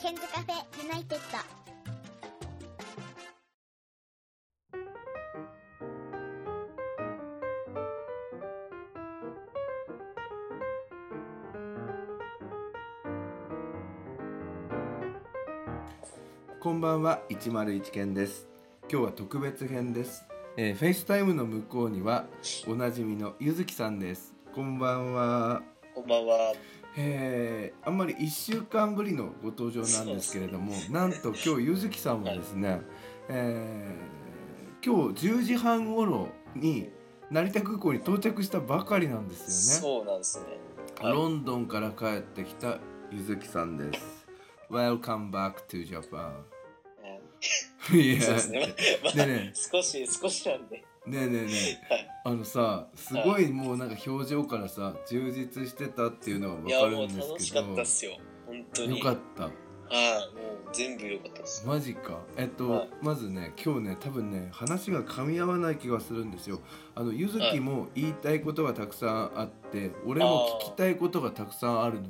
ケンズカフェユナイテッド。こんばんは101件です今日は特別編です、えー、フェイスタイムの向こうにはおなじみのゆずきさんですこんばんはこんばんは。えー、あんまり1週間ぶりのご登場なんですけれども、なんと今日ゆずきさんはですね、えー、今日10時半頃に成田空港に到着したばかりなんですよねそうなんですね。はいロンドンから帰ってきたゆずきさんです Welcome back to Japan ねいやそうで すね。まあねえねえ少し、少しなんで。ねえねえねえあのさすごいもうなんか表情からさ充実してたっていうのは分いや、かもるうんで楽すしけかどったっすよ。本当に。よかっったた。はい、もう全部良かったっす。マジかえっと、はいまずね今日ね多分ね話が噛み合わない気がするんですよあのゆずきも言いたいことがたくさんあって俺も聞きたいことがたくさんあるのね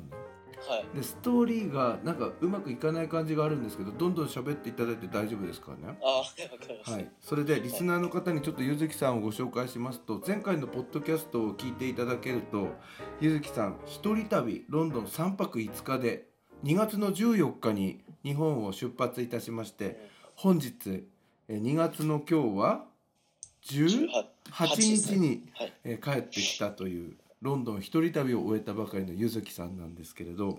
はい。でストーリーがなんかうまくいかない感じがあるんですけどどんどん喋っていただいて大丈夫ですかねああ、わかりました。はい、それでリスナーの方にちょっとゆずきさんをご紹介しますと前回のポッドキャストを聞いていただけるとゆずきさん一人旅ロンドン3泊5日で2月の14日に日本を出発いたしまして本日えー2月の今日は十18八日にはい。えー帰ってきたというロンドン一人旅を終えたばかりのゆずきさんなんですけれど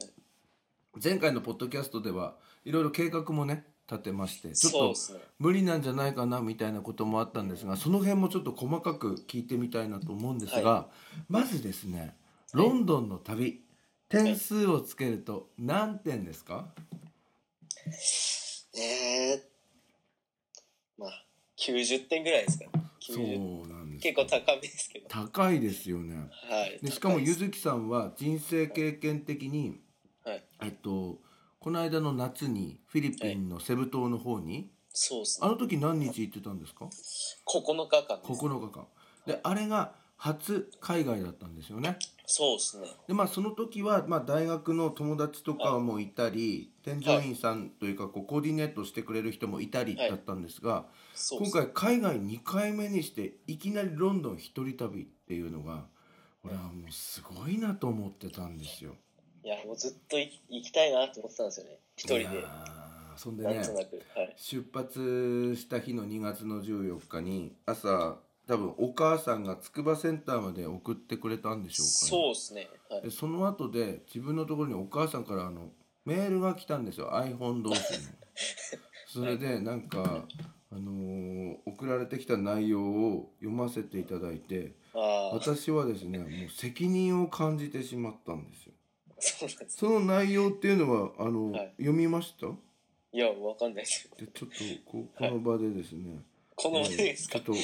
前回のポッドキャストではいろいろ計画もね立てましてちょっそうとですね。無理なんじゃないかなみたいなこともあったんですがその辺もちょっと細かく聞いてみたいなと思うんですが、まずですねロンドンの旅点数をつけると何点ですか、ええ。まあ、九十点ぐらいですかね。そ90うなんです結構高めですけど。高いですよねはい。でしかもゆゆずずきさんは人生経験的に、はい。えっと、この間の夏にフィリピンのセブ島の方にそうですあね。の時何日行ってたんですか九日間です。 9日間であれが初海外だったんですよねそうですね。でまあその時は、まあ、大学の友達とかもいたり添乗員さんというかこうコーディネートしてくれる人もいたりはいだったんですが、そうっ今すね。回海外2回目にしていきなりロンドン一人旅っていうのが俺はもうすごいなと思ってたんですよ。いや、もうずっと行き行きたいなと思ってたんですよね。一人いやで。ーそんでなんねとなく。はい。出発した日の2月の14日に朝多分お母さんが筑波センターまで送ってくれたんでしょうかね。そうですね。はいで。その後で自分のところにお母さんからあのメールが来たんですよ iPhone 同士のそれでなんか、あのー送られてきた内容を読ませていただいてああ、私はですねもう責任を感じてしまったんですよそうなんです。その内容っていうのはあの、はい読みましたいや、わかんないです。でちょっとここの場でですね、この前えでーすちょかっ。と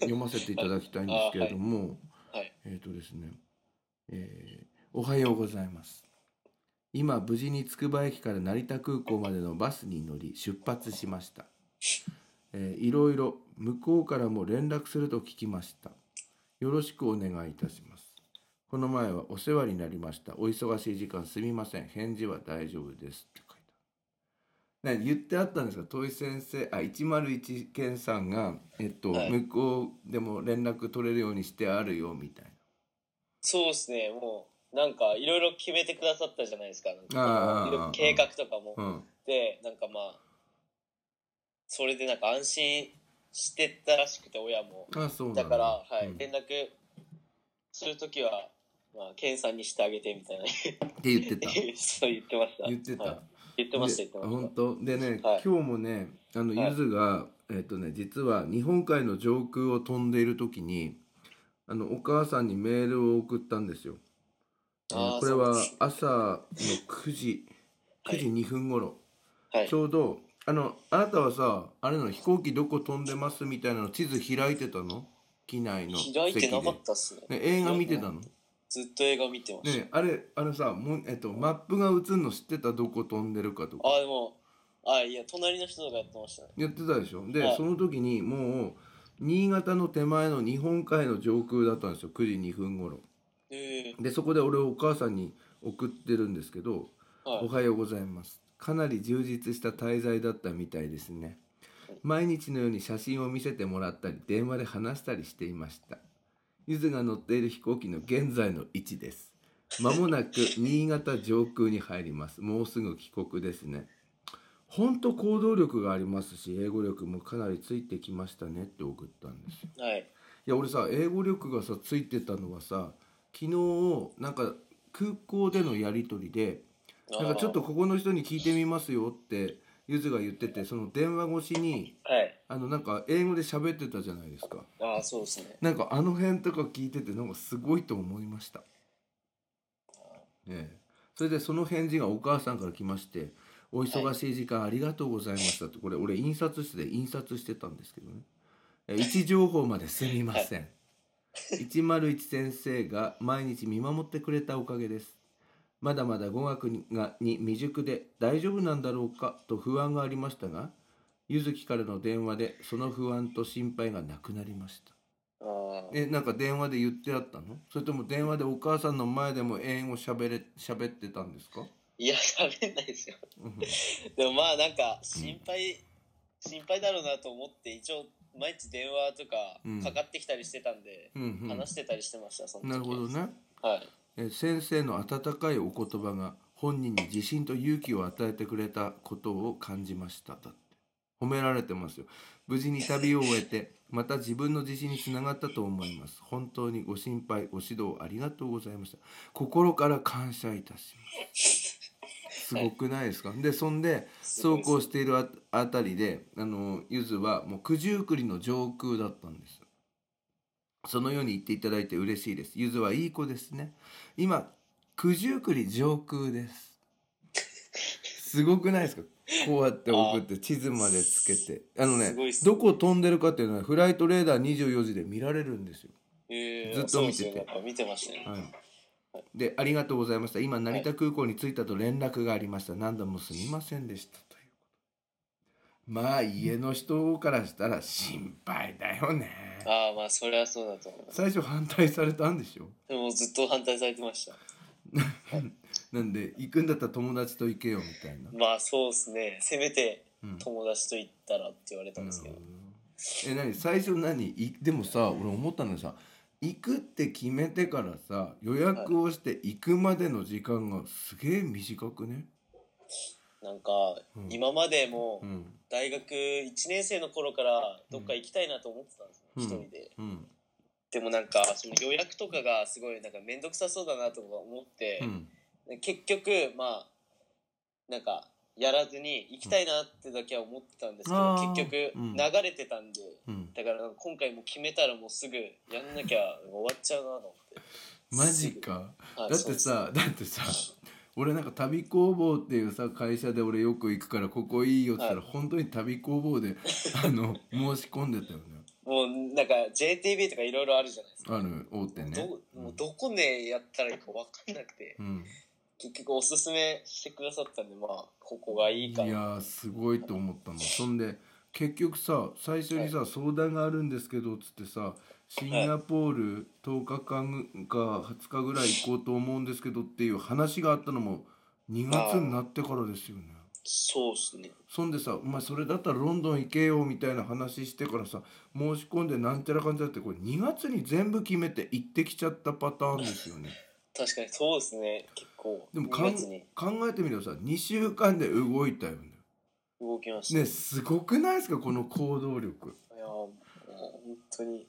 読ませていただきたいんですけれども、 はい。えっ、とですね、えーおはようございます。今、無事につくば駅から成田空港までのバスに乗り、出発しました。えーいろいろ向こうからも連絡すると聞きました。よろしくお願いいたします。この前はお世話になりました。お忙しい時間すみません。返事は大丈夫です。って書いてあるね言ってあったんですが、土井先生、あ、101健さんが、えっと、はい向こうでも連絡取れるようにしてあるよ、みたいな。そうですね。もう、なんか、いろいろ決めてくださったじゃないですか。なんああかいろいろ計画とかも。うん、で、なんかまあ、それでなんか安心してたらしくて、親も。あそうなんだから、はい。うんっ連絡するときは、まあ、ケンさんにしてあげてみたいな。て言ってたそう 言ってました。言ってた、はい言ってました、で言ってま本し当でね、は今い日もねあのはいゆずが、えっ、とね実は日本海の上空を飛んでいる時にあのお母さんにメールを送ったんですよた。ああのあこれはそうです朝の9時はい9時2分頃、はいち。ょうどあのあなたはさあれの飛行機どこ飛んでますみたいなの地図開いてたの機内の席で開いてなかったっすね。ね、映画見てたのずっと映画見てました。ねえあれあのさもん、えっと、マップが映るの知ってたどこ飛んでるかとかあ、でも、あ、いや、隣の人とかやってましたね。やってたでしょで、はいその時にもう新潟の手前の日本海の上空だったんですよ9時2分頃ええでそこで俺お母さんに送ってるんですけど「はおい。はようございます」かなり充実した滞在だったみたいですね毎日のように写真を見せてもらったり電話で話したりしていましたゆずが乗っている飛行機の現在の位置ですまもなく 新潟上空に入りますもうすぐ帰国ですねほんと行動力がありますし英語力もかなりついてきましたねって送ったんですよはい。いや俺さ英語力がさついてたのはさ昨日なんか空港でのやり取りでなんかちょっとここの人に聞いてみますよってゆずが言っててその電話越しにあー。はい。あのなんか英語で喋ってたじゃないですかああ、そうですね。なんかあの辺とか聞いててなんかすごいと思いました、ええ、それでその返事がお母さんから来まして「お忙しい時間ありがとうございました」とこれ俺印刷室で印刷してたんですけどね「え位置情報まですみません」101先生が毎日見守ってくれたおかげですまだまだ語学にがに未熟で大丈夫なんだろうかと不安がありましたがゆずきからの電話でその不安と心配がなくなりましたああ。えなんか電話で言ってあったのそれとも電話でお母さんの前でも英語しゃべれ喋ってたんですか、いや、喋んないですよ。うんでもまあなんか、心配、心配だろうなと思って、一応、毎日電話とかうんかかってきたりしてたんで、うん話してたりしてました、そのうん、時なるほど。ねはい。え先生の温かいお言葉が本人に自信と勇気を与えてくれたことを感じましただって褒められてますよ無事に旅を終えて また自分の自信につながったと思います本当にご心配ご指導ありがとうございました心から感謝いたし ますすごくないですか、でそんですご走いです行しているああたりであのゆずはもう九十九里の上空だったんですそのように言っていただいて嬉しいですゆずはいい子ですね今九十九里上空ですすごくないですかこうやって送って地図までつけてあのねすごいっすどこ飛んでるかっていうのはフライトレーダー24時で見られるんですよえずっと見ててそうですよねやっぱ見てましたね。はい。で、ありがとうございました。今、成田空港に着いたと連絡がありました。何度もすみませんでした。ということ。まあ、家の人からしたら心配だよね。ああ、まあ、それはそうだと思います。最初反対されたんでしょでもずっと反対されてました。なんで、行くんだったら友達と行けよみたいな。まあ、そうですね。せめてうん、友達と行ったらって言われたんですけど。え、何最初何いでもさ、俺思ったのさ、行くって決めてからさ、予約をして行くまでの時間がすげえ短くね。なんかうん、今までも、うん。大学1年生の頃からどっか行きたいなと思ってたんですよ、うん一人でうん。でもなんかその予約とかがすごいなんか面倒くさそうだなとか思ってう、ん。結局まあなんかやらずに行きたいなってだけは思ってたんですけうんど、あー結局うん流れてたんで、うんだからなんか今回もう決めたらもうすぐやんなきゃ終わっちゃうなと思ってマジかはいだってさだってさ俺なんか旅工房っていうさ会社で俺よく行くからここいいよって言ったら本当に旅工房 であの申し込んでたよねもうなんか JTB とかいろいろあるじゃないですかある大手ねどもうどこでやったらいいか分かんなくて、うん結局おすすめしてくださったんでまあここがいいいかやなーすごいと思 ったのそんで結局さ最初にさ、相談があるんですけどっつってさシンガポール10日間か20日ぐらい行こうと思うんですけどっていう話があったのも2月になってからですよねそうっすねそんでさ「お前それだったらロンドン行けよ」みたいな話してからさ申し込んでなんちゃらかんちゃらってこれ2月に全部決めて行ってきちゃったパターンです よね確かにそうですね結構でも2かん月に考えてみればさ2週間で動いたよね動きました、ねすごくないですかこの行動力いやーもう本当に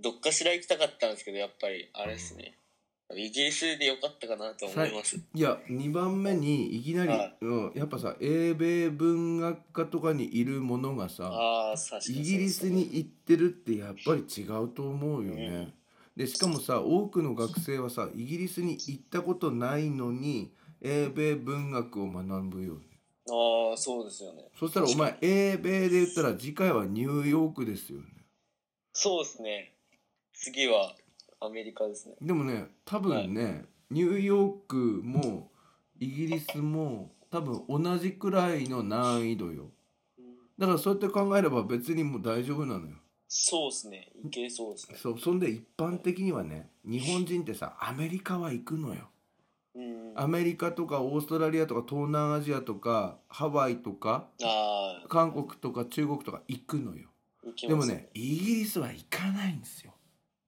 どっかしら行きたかったんですけどやっぱりあれですね、イギリスでよかったかなと思います、いや2番目にいきなり、はいうん、やっぱさ英米文学科とかにいるものがさああ確かにそうですねイギリスに行ってるってやっぱり違うと思うよね。でしかもさ多くの学生はさイギリスに行ったことないのに英米文学を学ぶよね。ああそうですよねそしたらお前英米で言ったら次回はニューヨークですよね。そうですね次はアメリカですねでもね多分ね、ニューヨークもイギリスも多分同じくらいの難易度よ。だからそうやって考えれば別にもう大丈夫なのよ。そうですね行けそうですねそうそんで一般的にはね日本人ってさアメリカは行くのようん。アメリカとかオーストラリアとか東南アジアとかハワイとかあ韓国とか中国とか行くのよー行きでまもすねイギリスは行かないんですよ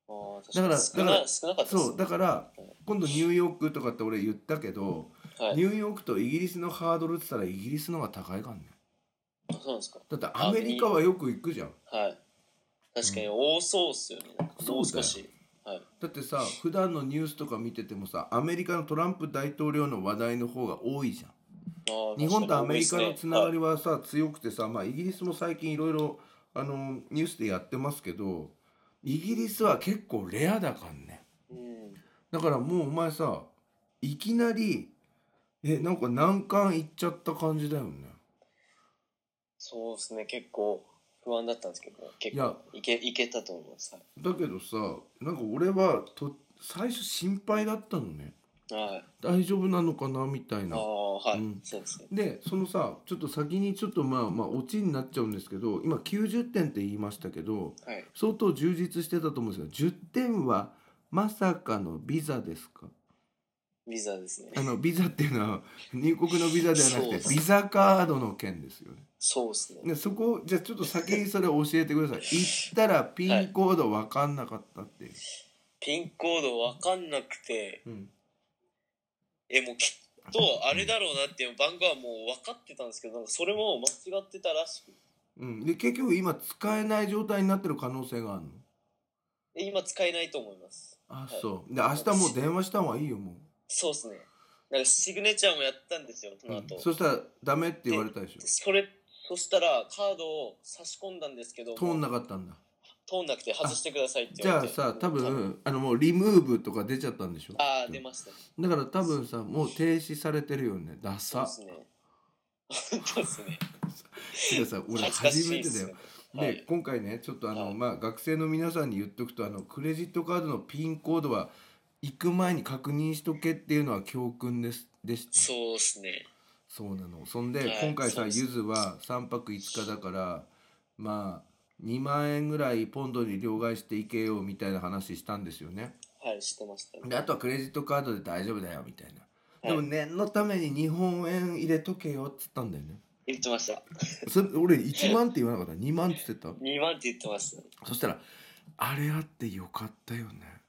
あーだから確かにだから少な少なかったですねそうだから今度ニューヨークとかって俺言ったけどはいニューヨークとイギリスのハードルって言ったらイギリスの方が高いからねあそうなんですかだってアメリカはよく行くじゃんはい確かに多そうっすよね、そうだよもう少しはいだってさ普段のニュースとか見ててもさアメリカのトランプ大統領の話題の方が多いじゃんあー日本とアメリカのつながり確はさ強くてさ、まあ、イギリスも最近いろいろあのニュースでやってますけどイギリスは結構レアだからねかに多いっすねはいだからもうお前さいきなりえなんか難関行っちゃった感じだよねそうですね結構不安だったんですけど結いや構いけいけたと思いますはいだけどさなんか俺はと最初心配だったのねはい大丈夫なのかなみたいあなあはい、うんそうですねでそのさちょっと先にちょっとまあまあオチになっちゃうんですけど今90点って言いましたけどはい相当充実してたと思うんですけど10点はまさかのビザですかビザですねあのビザっていう のは入国のビザではなそうくでてすビザカードの件ですよねそうですねでそこじゃあちょっと先にそれ教えてください行ったらピンコード分かんなかったっていう、ピンコードわかんなくてうんえもうきっとあれだろうなっていう番号はもう分かってたんですけどなんかそれも間違ってたらしくうん、で結局今使えない状態になってる可能性があるのえ今使えないと思いますあはいそうで明日もう電話した方がいいよも、そうですねなんかシグネチャーもやったんですよそうのうん後、そしたらダメって言われたでしょそれそしたらカードを差し込んだんですけど通んなかったんだ通んなくて外してくださいってじ言わゃれあてさ多分あのもうリムーブとか出ちゃったんでしょああ出ましただから多分さもう停止されてるよねダサそうですね本当ですねてかさ 俺恥ずか初しめいてでだすよねで、はい今回ねちょっとあの、はいまあ学生の皆さんに言っとくとあのクレジットカードのピンコードは行く前に確認しとけっていうのは教訓ですでしたそうですねそうなのそんで、はい今回さそうゆですずは3泊5日だからまあ2万円ぐらいポンドに両替していけよみたいな話したんですよねはい知ってましたねであとはクレジットカードで大丈夫だよみたいな、いでも念のために日本円入れとけよっつったんだよね言ってましたそれ俺1万って言わなかった2万って言って2万って言ってましたたそしたらあれあってよかったよね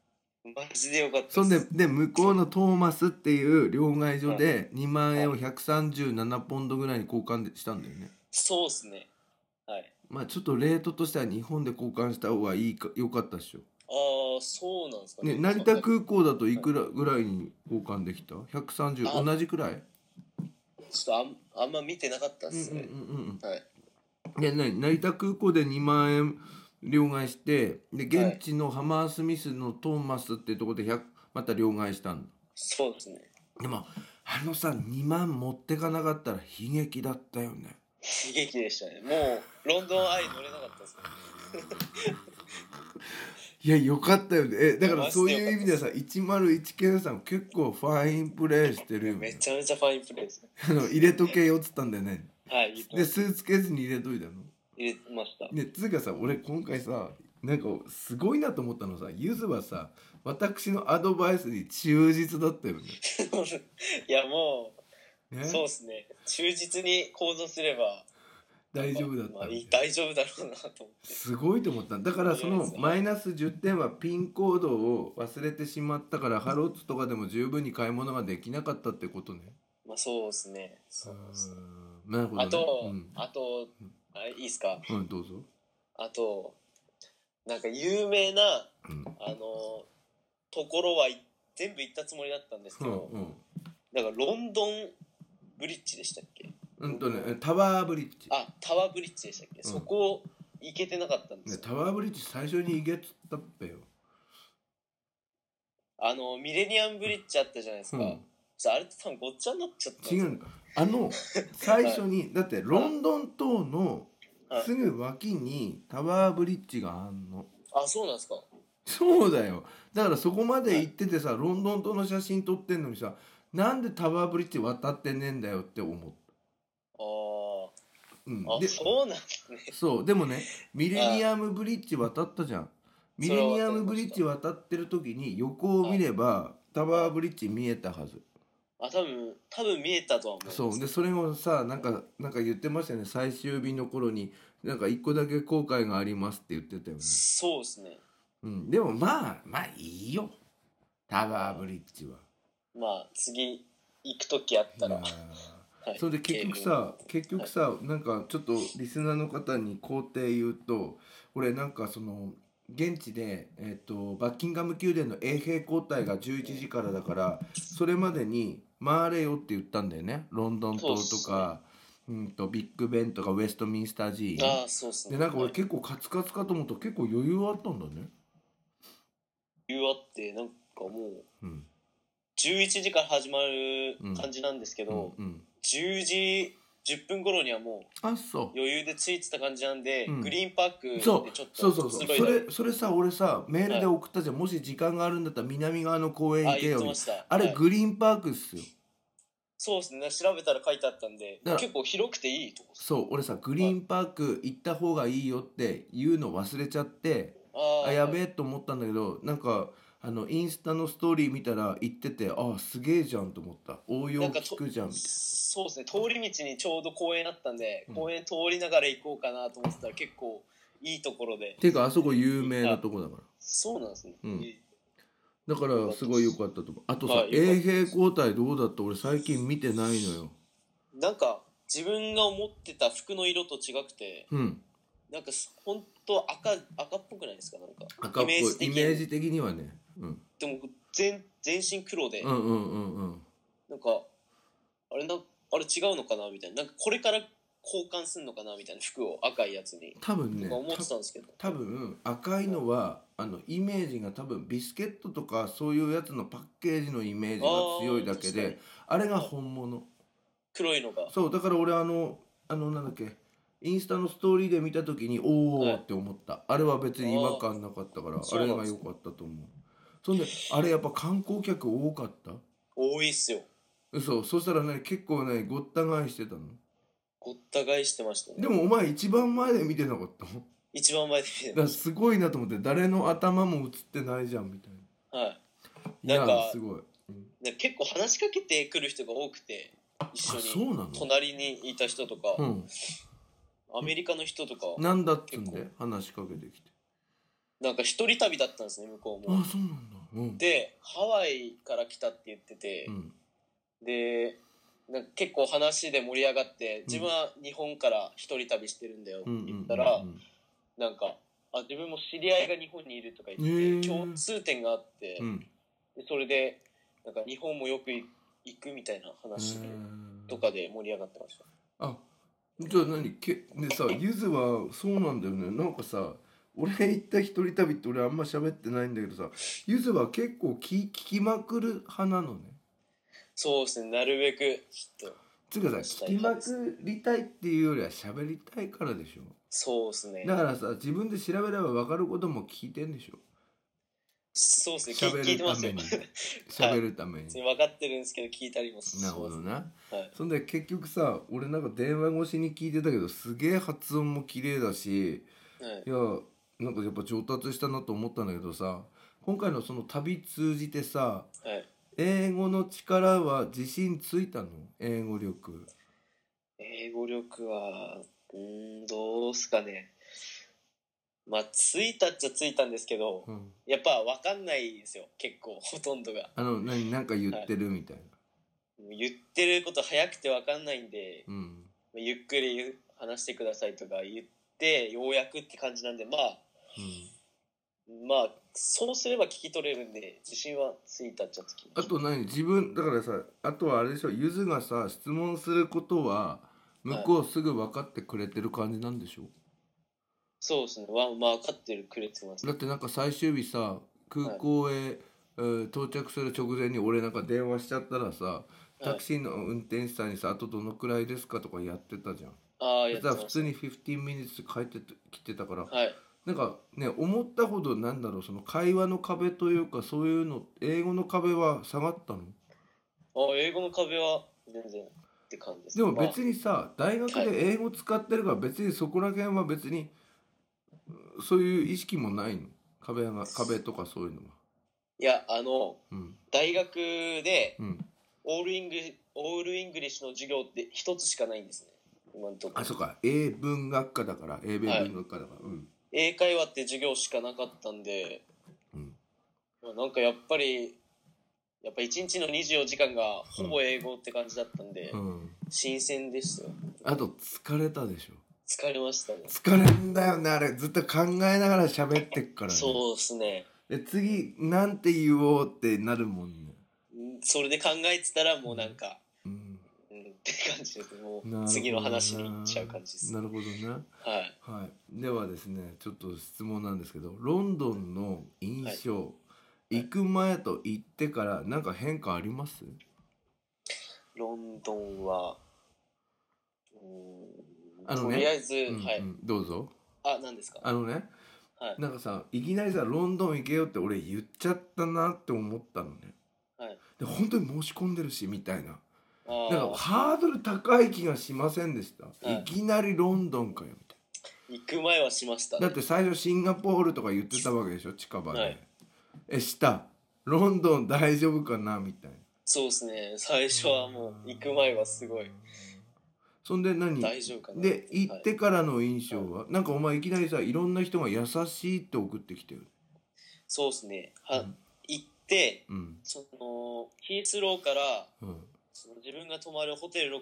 マジでよかったそんですで向こうのトーマスっていう両替所で2万円を137ポンドぐらいに交換でしたんだよねそうですねはいまあちょっとレートとしては日本で交換した方がいいかよかったっしょ、ああそうなんですかね、成田空港だといくらぐらいに交換できた ?130 あ同じくらいちょっとあんあんま見てなかったっうんうんすね、うんうんはいで何成田空港で2万円両替してで現地のハマースミスのトーマスっていうところで100また両替したんだそうですねでもあのさ2万持ってかなかったら悲劇だったよね悲劇でしたねもうロンドンアイ乗れなかったですねいやよかったよねえだかいらやそういう意味ではさ101健さん結構ファインプレーしてるよめねちゃめちゃファインプレーですねあの入れとけよっつったんだよねはい言ってまでしスたーツケースに入れといたの入れましたでつうかさ俺今回さなんかすごいなと思ったのさゆずはさ私のアドバイスに忠実だったよね いやもねうそうですね忠実に行動すれば大丈夫だったまあんだよい大丈夫だろうなと思ってすごいと思っただからそのマイナス10点はピンコードを忘れてしまったからハロッツとかでも十分に買い物ができなかったってことねまあそうですねそううですねーんなるほど、ね、あと、うん、あとあいいですかうん、どうぞ、あとなんか有名なうんあのところはい全部行ったつもりだったんですけうど、んうんなんかロンドンブリッジでしたっけうんとねタワーブリッジあタワーブリッジでしたっけ、うんそこ行けてなかったんですねよ、タワーブリッジ最初に行けっつったっぺよ、あのミレニアムブリッジあったじゃないですうか、ん、じゃああれって多分ごっちゃになっちゃったんです違ようんだあ の最初にだってロンドン島のはいすぐ脇にタワーブリッジがあんのあそうなんですかそうだよだからそこまで行っててさロンドン島の写真撮ってんのにさなんでタワーブリッジ渡ってねえんだよって思った、あうん、ーあでそうなんですねそうでもねミレニアムブリッジ渡ったじゃんミレニアムブリッジ渡ってる時に横を見ればタワーブリッジ見えたはずあ、多分、多分見えたとは思います。そうでそれもさなんかなんか言ってましたよね最終日の頃になんか一個だけ後悔がありますって言ってたよね、そうですね。うん、でもまあまあいいよタワーブリッジはまあ、次、行く時あったら。いやーはいそれで結局さ結局さなんかちょっとリスナーの方に肯定言うと俺なんかその現地で、えっとバッキンガム宮殿の衛兵交代が11時からだからそれまでに回れよって言ったんだよねロンドン島そとうっすかうんとビッグベンとかウェストミンスター寺院ああ、そうですね。でなんかは俺い結構カツカツかと思ったら結構余裕あったんだね、理由あって、なんかもう、うん、 11時から始まる感じなんですけうんど、うん10時10分頃にはもあそうう余裕で着いてた感じなんで、うんグリーンパークでちそょっうとそうそうそういそだろれそれさ俺さメールで送ったじゃん、もし時間があるんだったら南側の公園あ行け言っよてましたあはれいグリーンパークっすよそうですね調べたら書いてあったんでだから結構広くていいとこですそう俺さグリーンパーク行った方がいいよって言うの忘れちゃってあーあやべえと思ったんだけどなんかあのインスタのストーリー見たら行っててあすげえじゃんと思った応用なんか聞くじゃんみたいそうですね通り道にちょうど公園あったんで、うん公園通りながら行こうかなと思ってたら結構いいところでなていうかあそこ有名なとこだからそうなんですね、うんえだからすごい良かったと思うあとさはい良かった衛兵交代どうだった俺最近見てないのよなんか自分が思ってた服の色と違くてうんなんかすほんと赤赤っぽくないですかなんか赤っぽいイメ的にージ的にはねうんでも全全身黒で、うんうんうんうんなんかあれなあれ違うのかなみたいななんかこれから交換するのかなみたいな服を赤いやつに、多分とねか思ってたたんですけど多分赤いのはあのイメージが多分ビスケットとかそういうやつのパッケージのイメージが強いだけあー確であれが本物黒いのがそうだから俺あのあのなんだっけインスタのストーリーで見た時におはいおって思った、あれは別に違和感なかったからあーあれが良かったと思うそんであれやっぱ観光客多かった多いっすよ嘘そしたらね結構ねごった返してたのごった返してましたねでもお前一番前で見てなかった一番前で見てだかまらしすごいなと思って誰の頭も映ってないじゃんみたいなたはいいやなんかすごいで結構話しかけてくる人が多くて一緒あそうなにの隣にいた人とか、うんアメリカの人とかなんだっつんで話しかけてきてなんか一人旅だったんですね向こうもあそうなんだうんでハワイから来たって言ってて、うんでなんか結構話で盛り上がってん自分は日本から一人旅してるんだよってうんうん言っうたんら、なんかあ自分も知り合いが日本にいるとか言へっーて共通点があって、うんでそれでなんか日本もよくい行くみたいな話でとかで盛り上がってましたあじゃあ何けでさゆずはそうなんだよねなんかさ俺行った一人旅って俺あんま喋ってないんだけどさゆずは結構聞聞きまくる派なのねそうですねなるべくちょっとつうかさ聞きまくりたいっていうよりは喋りたいからでしょそうですねだからさ自分で調べれば分かることも聞いてんでしょそうですね聞喋聞いるてまたすよめに 喋るために別に分かってるんですけど聞いたりもしなるほどそうな、ですはい、そんで結局さ俺なんか電話越しに聞いてたけどすげえ発音も綺麗だしはいいやなんかやっぱ上達したなと思ったんだけどさ今回のその旅通じてさはい、英語の力は自信ついたの英語力英語力はうーんどうすかねまあついたっちゃついたんですけどうんやっぱ分かんないですよ結構ほとんどがあの何なんか言ってるみたいな、言ってること早くて分かんないんでうんゆっくり話してくださいとか言ってようやくって感じなんでまあうんまあそうすれば聞き取れるんで自信はついたっちゃつきまあしたと何自分だからさあとはあれでしょゆずがさ質問することは向こうすぐ分かってくれてる感じなんでしょ、そうですねわまあ分かってるくれてますだってなんか最終日さ空港へ、えー到着する直前に俺なんか電話しちゃったらさタクシーの運転手さんにさ「あとどのくらいですか?」とかやってたじゃん。そああやしったてらま普す通に15 minutes 帰ってきてたからはいなんかね思ったほどなんだろうその会話の壁というかそういうの英語の壁は下がったのあ英語の壁は全然って感じですでもま別にさ大学で英語使ってるから別にそこら辺は別にうんそういう意識もないの壁が壁とかそういうのは。あいやあのうん大学でうんオールイングオールイングリッシュの授業って一つしかないんですね今のとこあろそうか英文学科だから英米はい文学科だから、うん英会話って授業しかなかったんで、うんまあなんかやっぱりやっぱ一日の24時間がほぼ英語って感じだったんで、うん、新鮮でしたよあと疲れたでしょ疲れましたね疲れんだよねあれずっと考えながら喋ってっから、ね、そうですねで次なんて言おうってなるもんね、うんそれで考えてたらもうなんか、うん、うん、って感じですもなるほどなう次の話に行っちゃう感じですなはるほどねいはい、ではですねちょっと質問なんですけどロンドンの印象、い行く前と行ってからなんか変化あります、ロンドンはうんあのねとりあえず、うんはいうんどうぞあ何ですかあのねはいなんかさいきなりさ「ロンドン行けよ」って俺言っちゃったなって思ったのね、はいで本当に申し込んでるしみたいなあなんかーハードル高い気がしませんでした、はいい、きなりロンドンかよみたい行く前はしましたなねだって最初シンガポールとか言ってたわけでしょ近場で、はいえしたロンドン大丈夫かなみたいなそうですね最初はもう行く前はすごいそんで何大丈夫かなで行っはていからの印象は、なんかお前いきなりさいろんな人が優しいって送ってきてるそうですねは、うん行ってうんそのヒースローからうんその自分が泊まるホテル65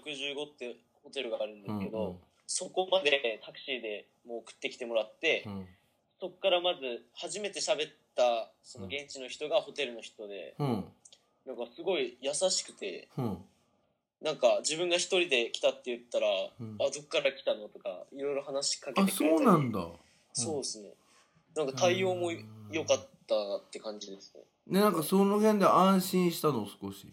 ってホテルがあるんでうんすうけど、んそこまでタクシーでもう送ってきてもらって、うんそこからまず初めて喋ったそのうん現地の人がホテルの人で、うんなんかすごい優しくてうんなんか自分が一人で来たって言ったら「うんあどっから来たの?」とかいろいろ話しかけあてくれたりそうなんだそうですねなんか対応も良かったって感じですねねなんかその辺で安心したの少し、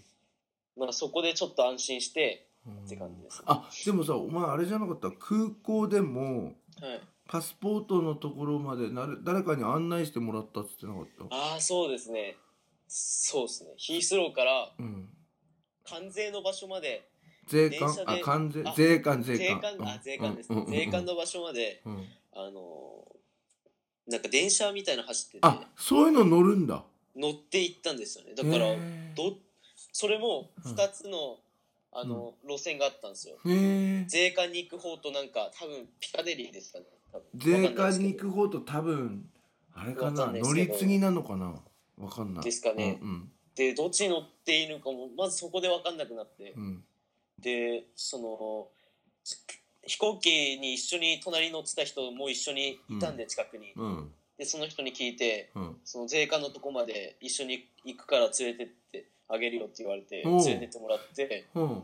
まあそこでちょっと安心してうんって感じですねあでもさお前あれじゃなかった空港でもはいパスポートのところまでなる誰かに案内してもらったっつってなかったああそうですねそうですねヒースローからうん関税の場所まで税関電車であ関税あ税関税税関関うあん税関ですうんねうんうん税関の場所までうんあのーなんか電車みたいなの走っててあそういうの乗るんだ乗って行ったんですよねだからへーどそれもうん2つのあの路線があったんですよへえ税関に行く方となんか多分ピカデリーですかね多分税わかんないで関すけどに行く方と多分あれかわかなんないです乗けどり継ぎなのかなわかんないですかねうんでどっちに乗っていいのかもまずそこで分かんなくなって、うんうんでその飛行機に一緒に隣に乗ってた人も一緒にいたんで近くに、うんでその人に聞いてうんその税関のとこまで一緒に行くから連れてってあげるよって言われておう連れてってもらってうん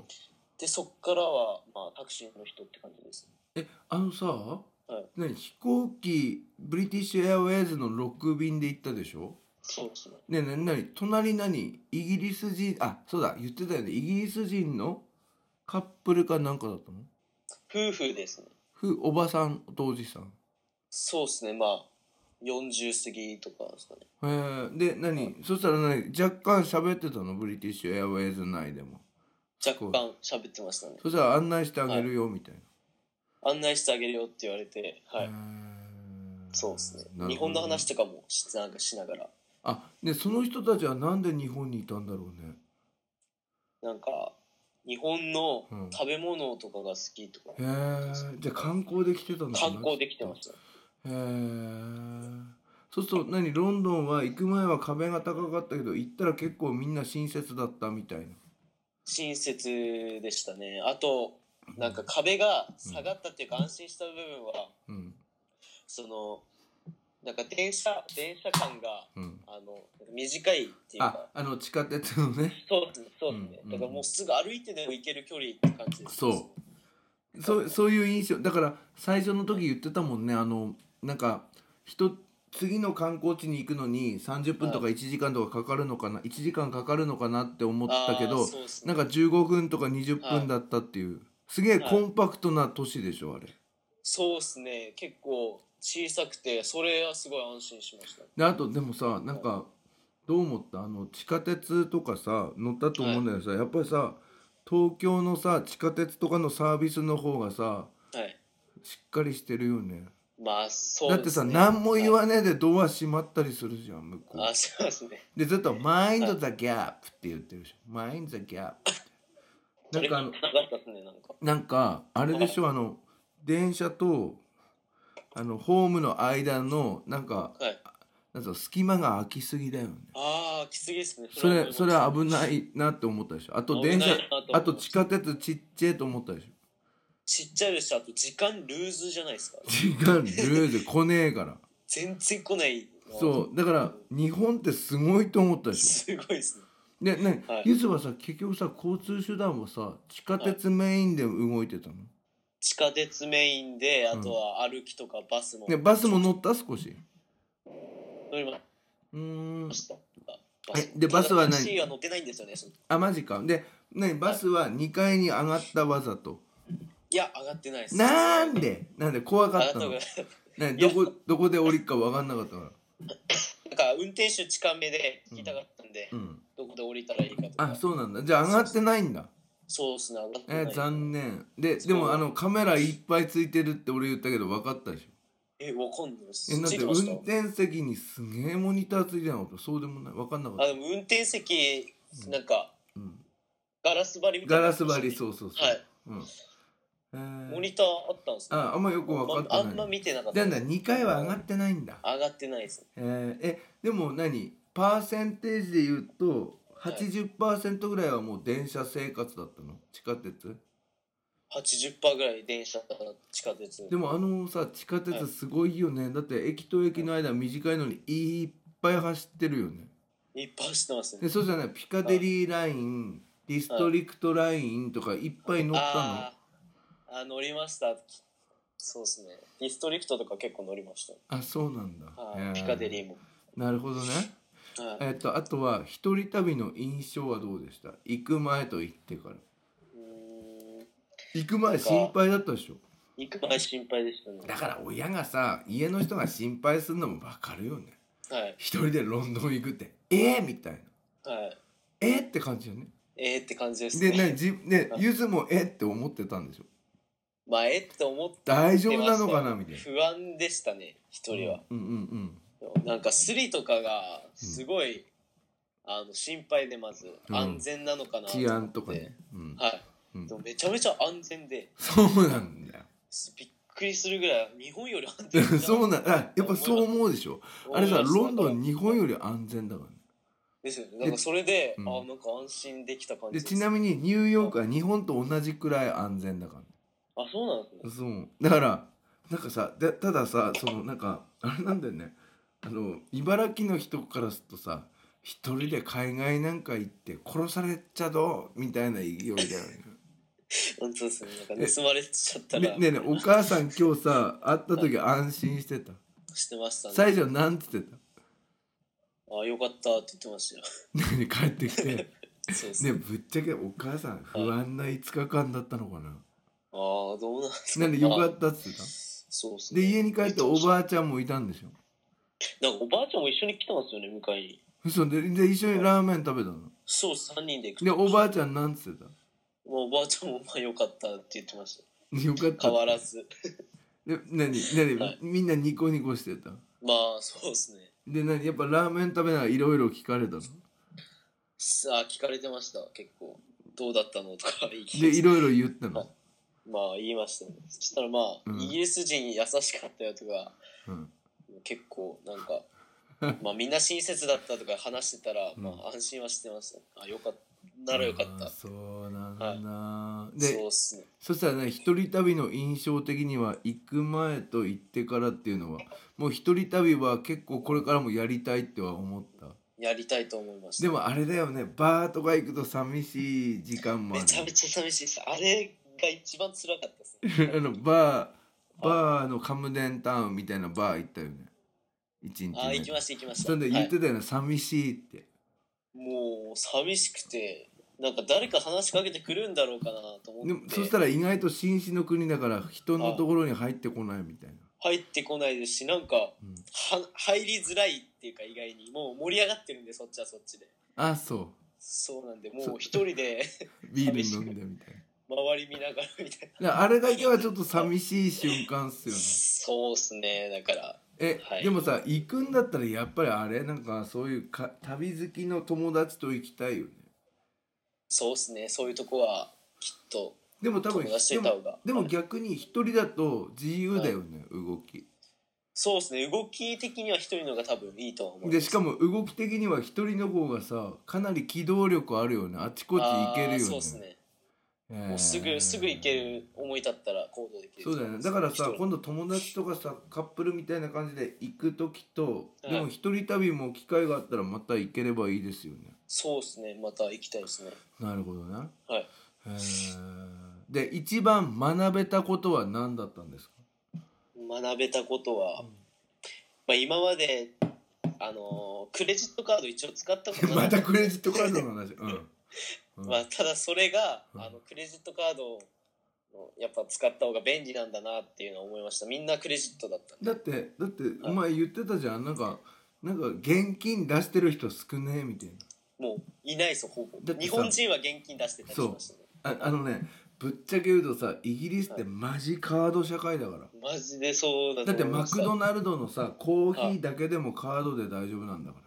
でそっからは、まあ、タクシーの人って感じですえあのさ、い何飛行機ブリティッシュエアウェイズの6便で行ったでしょそうですねねえねえ何隣何イギリス人あそうだ言ってたよねイギリス人のカップルかなんかだったの夫婦ですねふおばさんとおじさんそうですねまあ40過ぎとかですかねへえで何そしたら何若干喋ってたのブリティッシュエアウェイズ内でも若干喋ってましたねそしたら案内してあげるよみたいな、案内してあげるよって言われてはい、へえそうですねなるほど日本の話とかもしなんかしながらあでその人たちはなんで日本にいたんだろうねなんか日本のうん食べ物とかが好きとか、へえじゃあ観光で来てたんだ観光できてまししたへえそうすると何ロンドンは行く前は壁が高かったけど行ったら結構みんな親切だったみたいな親切でしたねあとなんか壁が下がったっていうか安心した部分はうんそのなんか電車電車間がうんあの短いっていうあかあの地下鉄のねそうですねそうですね、うんだからもうすぐ歩いてでも行ける距離って感じですそうそうそういう印象だから最初の時言ってたもんねあのなんか人次の観光地に行くのに30分とか1時間とかかかるのかな1時間かかるのかなって思ったけあーどそうですねなんか15分とか20分だったっていうすげえコンパクトな都市でしょあれ。そうですね結構小さくてそれはすごい安心しましたであとでもさなんかどう思ったあの地下鉄とかさ乗ったと思うんだけどさ、やっぱりさ東京のさ地下鉄とかのサービスの方がさはいしっかりしてるよね。まあ、そうだってさ、何も言なわねえでドア閉まったりするじゃん向こあ、うそうですね。でずっと「Mind the gap」って言ってるでしょ「Mind the gap」なそんれかがあなのかったですね、なんか。なんかあれでしょあの電車とあのホームの間のなんかはい。なんか隙間が空きすぎだよねああ、きついですね。それそれはは危ないなって思ったでしょあと危な電いな車と思いまあすと地下鉄ちっちゃいと思った でしょちっちゃいですし、あと時間ルーズじゃないですか。時間ルーズ来ねえから全然来ない。そうだから日本ってすごいと思ったでしすごいですね。ょでねはいゆずはさ結局さ交通手段はさ地下鉄メインで動いてたの、地下鉄メインで、あとは歩きとかバスもね、バスも乗った少し乗りうーんました。えでバスは何タクシーは乗ってないんですよね。そのあマジかで、ね、バスは2階に上がったわざといや、上がってないです。なんでなんで怖かったの、あね、どこどこで降りるか分かんなかったからなんか運転手近めで聞きたかったんで、うんどこで降りたらいいかとか。あそうなんだじゃあ上がってないんだそうですね、上がってなえい。ー残念ででもあのカメラいっぱいついてるって俺言ったけど分かったでしょえ、わかんないです。えだっつていてました運転席にすげえモニターついてなかったそうでもない分かんなかっあた、でも運転席、なんか、うん、ガラス張りみたいガな。ラス張りそうそうそう、はいうんえーモニターあったんですかああんまよく分かってないあんま見てなかったなんだ2回は上がってないんだ上がってないですねえーえでも何パーセンテージで言うとい80%ぐらいはもう電車生活だったの地下鉄80%ぐらい電車から地下鉄でもあのさ地下は鉄いすごいよねだって駅と駅の間短いのにいっぱい走ってるよねいっぱい走ってますでねそうじゃないピカデリーラインディストリクトラインとかいっぱい乗ったあーあ乗りましたそうですねディストリクトとか結構乗りましたのあそうなんだはえいーピカデリーもなるほどねはいえっとあとは一人旅の印象はどうでした行く前と行ってからうーん行く前心配だったでしょ行く前心配でしたねだから親がさ家の人が心配するのも分かるよねはい一人でロンドン行くってえー、みたいなはいえー、って感じよねええって感じですでねねじねゆずもえー、って思ってたんでしょまあえって思って大丈ま夫したなのかなみたいな不安でしたね一人はうんうんうんなんかスリとかがすごい、あの心配でまずうん安全なのかなと思って、治安とかね、うんはい、うんでもめちゃめちゃ安全でそうなんだよびっくりするぐらい日本より安全 そうなんだやっぱそう思うでしょあれさロンドン日本より安全だからねですよねなんかそれで、うんあなんか安心できた感じでですちなみにニューヨークは日本と同じくらい安全だからねあそうなんですねそうだからなんかさでたださそのなんかあれなんだよねあの茨城の人からするとさ一人で海外なんか行って殺されちゃどうみたいな勢いだよね本当ですねなんか盗まれちゃったねらねえねえお母さん今日さ会った時安心してたしてましたね最初なんつってたあよかったって言ってましたよ何帰ってきてねそうですねえぶっちゃけお母さん不安な5日間だったのかなああどうなんですなんでよかあったっつってたそうですねで家に帰っておばあちゃんもいたんでしょなんかおばあちゃんも一緒に来てますよね迎えに嘘でで一緒にラーメン食べたのそう3人で行くでおばあちゃんなんつってた もうおばあちゃんもまあ良かったって言ってましよかったた変わらずで何何、はいみんなニコニコしてたまあそうですねで何やっぱラーメン食べながらいろいろ聞か れたのさあ聞かれてました結構どうだったのとか言いでいろいろ言ったの、まあ言いましたねそしたらまあ、うんイギリス人優しかったよとかうん、結構なんかまあみんな親切だったとか話してたら、うんまあ安心はしてましたあよかったならよかっあーたそうなんだ、そうでっすねそしたらね一人旅の印象的には行く前と行ってからっていうのはもう一人旅は結構これからもやりたいっては思ったやりたいと思いましたでもあれだよねバーとか行くと寂しい時間もあめるちゃめちゃ寂しいですあれが一番辛かったです ねあのバーバーのカムデンタウンみたいなバー行ったよね一日目あ行きました行きましたそれで言っはてたよね、寂しいっていもう寂しくてなんか誰か話しかけてくるんだろうかなと思ってでもそしたら意外と紳士の国だから人のところに入ってこないみたいな、入ってこないですしなんかはうん、入りづらいっていうか意外にもう盛り上がってるんでそっちはそっちであそそうなんでそうもう一人で うビール飲んでみたい周終わり見ながらみたいな。だからあれだけはちょっと寂しい瞬間っすよねそうっすね、だから。え、はいでもさ行くんだったらやっぱりあれなんかそういうか旅好きの友達と行きたいよねそうっすね、そういうとこは、きっと。でも多分友達とでいた方もがでも逆に一人だと自由だよね、動きそうっすね、動き的には一人のが多分いいとは思う。でしかも動き的には一人の方がさかなり機動力あるよねあちこち行けるよあねーそうっすね。えーもうすぐ、すぐ行ける、思い立ったら行動できる。そうだよねだからさ一人今度友達とかさカップルみたいな感じで行く時と、はいでも一人旅も機会があったらまた行ければいいですよねそうっすね、また行きたいですね。なるほどなはい。へーで一番学べたことは何だったんですか 学べたことは、まあ、今まで、あのークレジットカード一応使ったこと なまかったたクレジットカードの話うん、うんまあ、ただそれが、うんあのクレジットカードをやっぱ使った方が便利なんだなっていうのを思いましたみんなクレジットだったんでだってだってお前言ってたじゃんなんかなんか現金出してる人少ねえみたいもういないですよほぼだってさ日本人は現金出してたりしましたねなああのねぶっちゃけ言うとさイギリスってマジカード社会だから、マジでそうだだってマクドナナルドのさコーヒーだけでもカードで大丈夫なんだか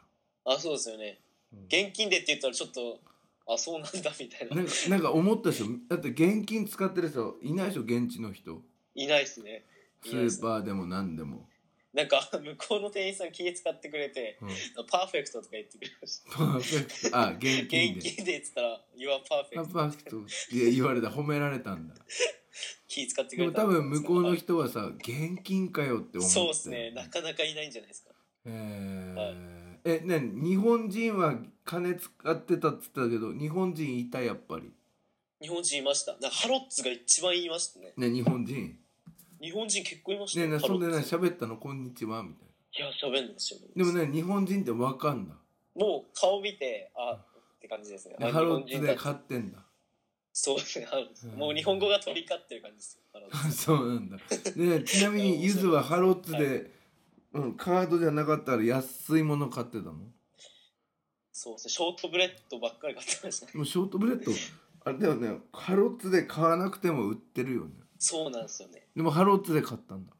あそうですよね現金でって言ったらちょっとあそうなんだみたいらななんかなんか思ったでしょだって現金使ってる人いないでしょ現地の人いないですねスーパーでも何でも、なんか 向こうの店員さん気使ってくれてうん、パーフェクトとか言ってくれましたパーフェクトあ現金現で金でって言ったら「You are あ perfect パーフェクトいや言われた褒められたんだ」気使ってくでれもた多分向こうのはい人はさ現金かよって思ってそうですねなかなかいないんじゃないですかえーはいえね日本人は金使ってたっつったけど日本人いたやっぱり日本人いましたなんかハロッツが一番言いましたねね日本人日本人結構いましたねねハそロんでねッツ喋ったの「こんにちは」みたいないや喋んないしでもね日本人ってわかんだ、もう顔見てあって感じですねね、あハロッ日ツ本人でだ買ってんだ そうですねハロッツうんもう日本語が飛び交ってる感じですよハロッ ツそうなんだで、ね、ちなみにゆずはハロッツで、うん、カードじゃなかったら安いもの買ってたのそうですねショートブレッドばっかり買ってましたねもうショートブレッドあれだよねハロッツで買わなくても売ってるよねそうなんですよねでもハロッツで買ったんだ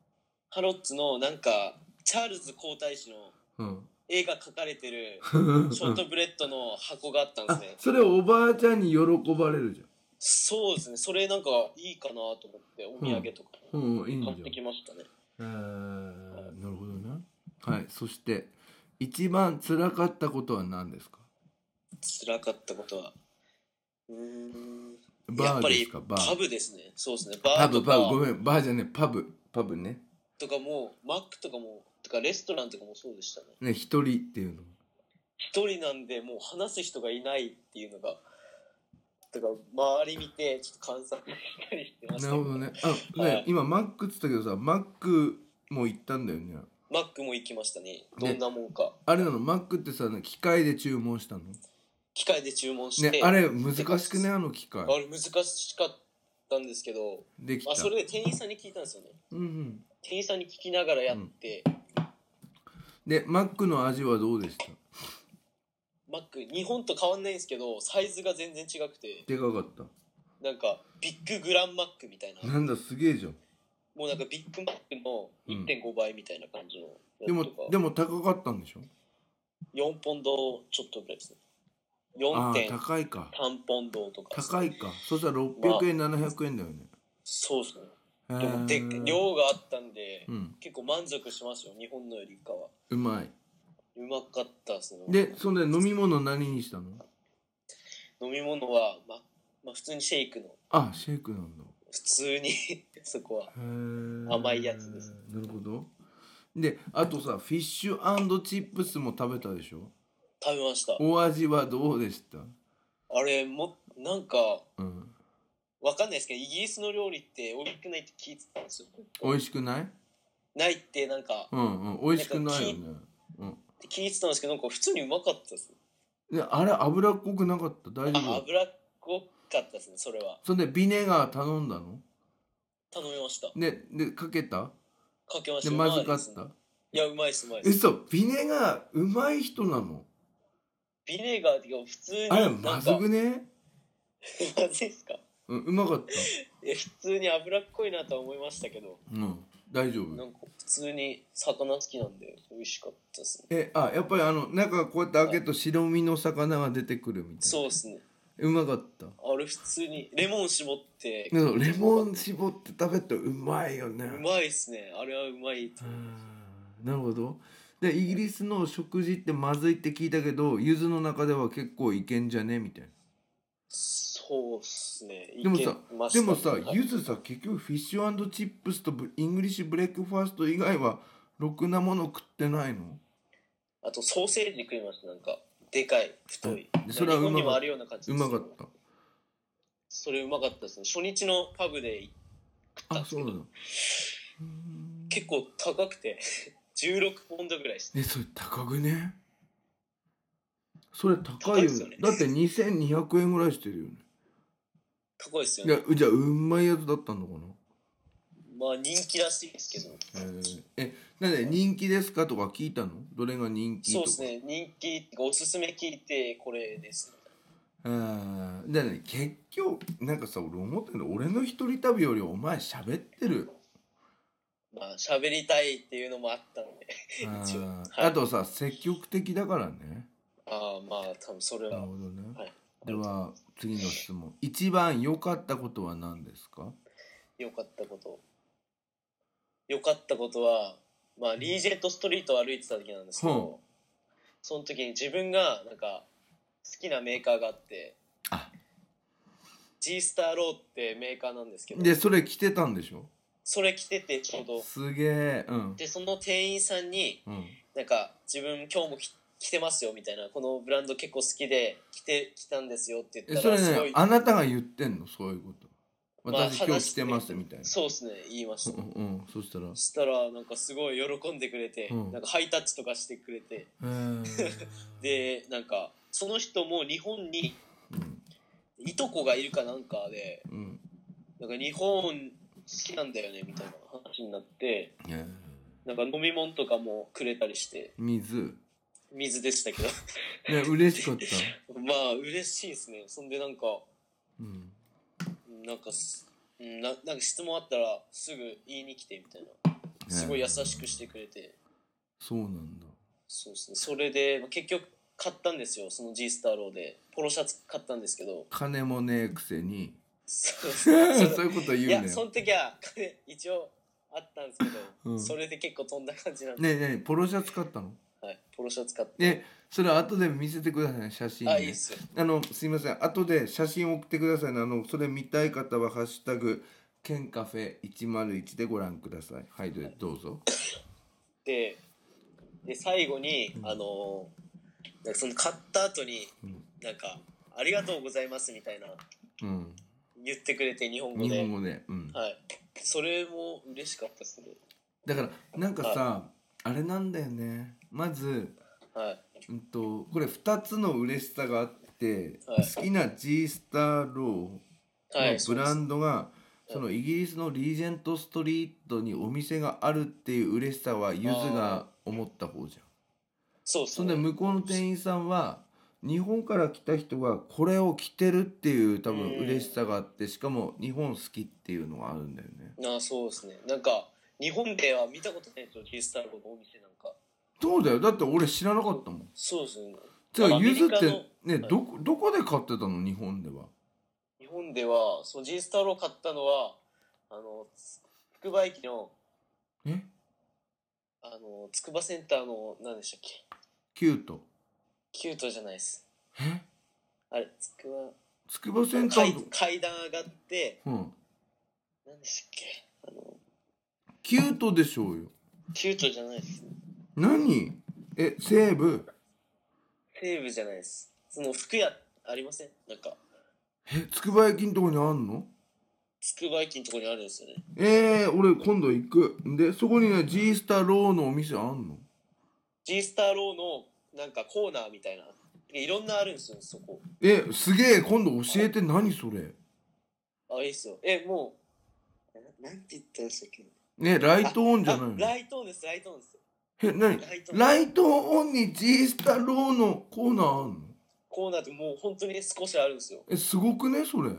ハロッツのなんかチャールズ皇太子のうん絵が描かれてるショーあトブレッドの箱があったんですねそれおばあちゃんに喜ばれるじそうですねそれなんかいいかなと思ってお土産とかゃんうんいいんじゃ買んってきましたね、えーなるほどねはいそして一番辛かったことは何ですか辛かったことはうーんやバっーぱでりすかバパーブですねそうですねバパーブとパブごかめんバーじゃねえパブパブねとかもマックとかもとかレストランとかもそうでしたねね一人っていうの一人なんでもう話す人がいないっていうのがとか周り見てちょっと観察したりしてましたなるほどねあはねい今マックっつったけどさマックも行ったんだよねマックも行きましたねどんなもんかあれなのマックってさ機械で注文したの機械で注文して、ねあれ難しくねあの機械あれ難しかったんですけどできたあそれで店員さんに聞いたんですよねうんうん店員さんに聞きながらやって、でマックの味はどうでしたマック日本と変わんないんですけどサイズが全然違くてでかかったなんかビッググランマックみたいななんだすげえじゃんもうなんかビッグマックの1.5倍みたいな感じのでやもつとか、でも高かったんでしょ4ポンドちょっとぐらいですねああ4.3高いかポンドとか高いかそしたら600円700円だよねそうですねへでもでー量があったんで、うん結構満足しますよ日本のよりかはうまいうまかったですねでそんで飲み物何にしたの飲み物は、ままあ、普通にシェイクのあシェイクなんだ普通に そこはへー甘いやつですなるほどであとさフィッシュチップスも食べたでしょ食べましたお味はどうでしたあれもなんかうんわかんないですけどイギリスの料理って美味しくないって聞いてたんですよ美味しくないないってなんかうんうん美味しくないよねうん聞いてたんですけどなんか普通にうまかったですであれ脂っこくなかった大丈あ夫脂っこかったですねそれはそんでビネガー頼んだの頼みましたかででかけたけましでたまずうかまいでっすねたいやうまいですうまいです嘘ビネガーうまい人なのビネガーっていうか普通にあれなまんずかくね まずいですかうん、うまかった。いや普通に脂っこいなとは思いましたけどうん、大丈な夫。んか普通に魚好きなんで美味しかったですねえ、あ、やっぱりあの、中こうやって開けると白身の魚が出てくるみたいな。そうですねう。まかった。あれ普通にレモン絞ってでもレモうン絞って食べたらうまいよね。まいっすねあれはうまいとうんなるほど。で、イギリスの食事ってまずいって聞いたけど、柚子の中では結構いけんじゃねみたいな。そうっすねでもさいけましでたねもさは、いゆずさ、結局フィッシュチップスとブイングリッシュブレックファースト以外は、ろくなもの食ってないのあとソーセージ食いましたなんかでかい太いでそれはうまかっ日本にもあるような感じうですまかった。それうまかったですね初日のパブであ、そうなの。結構高くて 16ポンドぐらいですね、それ高くねそれ高い高いよっすよねだって2200円ぐらいしてるよね。高いですよいやねじゃあうんまいやつだったのかなまあ人気らしいですけどえーえなんで人気ですかとか聞いたのどれが人気とそかうですね人気ってかおすすめ聞いてこれですあーだからね結局なんかさ俺思ってんの俺の一人旅よりお前喋ってるまあ喋りたいっていうのもあったのであ一応ーはいあとさ積極的だからねああまあ多分それなるはほどね、はいでは次の質問一番良かったことは何ですか良かったこと良かったことはまあリージェントストリートを歩いてた時なんですけうんどその時に自分がなんか好きなメーカーがあってあ G スターローってメーカーなんですけどでそれ着てたんでしょそれ着ててちょうどすげえうんでその店員さんにうんなんか自分今日もき着てますよみたいなこのブランド結構好きで着てきたんですよってえ言っそたられすごねいあなたが言ってんのそういうことまあ私今日話し来てますみたいなそうですね言いましたうんうんそしたらそしたらなんかすごい喜んでくれて、うんなんかハイタッチとかしてくれてへーでなんかその人も日本にうんいとこがいるかなんかでうんなんか日本好きなんだよねみたいな話になってへーなんか飲み物とかもくれたりして水水でしたけど ね嬉しかった、まあ嬉しいですねそんでなんかうん、なんかすうんななんか質問あったらすぐ言いに来てみたいなすごい優しくしてくれてそうなんだそうですねそれでまあ結局買ったんですよその G スターローでポロシャツ買ったんですけど金もねえくせ にそうそうそういうこと言ういねやその時は金一応あったんですけど、うんそれで結構飛んだ感じなんで、ねえねえポロシャツ買ったのはい、ポロシャツ買って、ねそれ後で見せてくださいね写真ねあいいっすよあのすいません後で写真送ってくださいねあのそれ見たい方は「ハッシュタグケンカフェ101」でご覧くださいはいどうどうぞでで最後に、あのーなんかその買った後にうんなんか「ありがとうございます」みたいなうん言ってくれて日本語日で本語で、うん、はい。それも嬉しかったですね。だからなんかさ、あれなんだよねまず、はい。うん、とこれ2つの嬉しさがあって、はい好きな G スターロはい。ーのブランドが、いそのイギリスのリージェントストリートにお店があるっていう嬉しさはゆずが思った方じゃん。そうですそんでね。向こうの店員さんは日本から来た人がこれを着てるっていう多分うん嬉しさがあってしかも日本好きっていうのがあるんだよね。ああ、そうですね。なんか、日本では見たことないですよ、G スターロのお店なんか。そうだよだって俺知らなかったもん。そうですね。てかアメゆリずっカのてねはいどこどこで買ってたの日本では。日本では、その G スターロ買ったのは、あの、つ筑波駅の、えあの、筑波センターの、何でしたっけキュート。キュートじゃないです。えあれ、筑波、つくばセンタ階ーの、階段上がって、うん、何でしたっけあの、キュートでしょうよ。キュートじゃないです。何え西武西武じゃないです。その服屋、ありませんなんか、えつくば駅のとこにあんの筑波駅のところにあるんですよね。えー、俺今度行く。でそこにね G スターローのお店あんの G スターローのなんかコーナーみたいな。いろんなあるんですよ、そこ。えすげえ今度教えて何それあ、いいっすよ。え、もう、ななんて言ったんでしたっけねライトオンじゃあ、ないのライトオンです、ライトオンです。え何ライトオンライトオンに G スタローのコーナーあんのコーナーってもう本当に少しあるんですよ。えすごくねそれ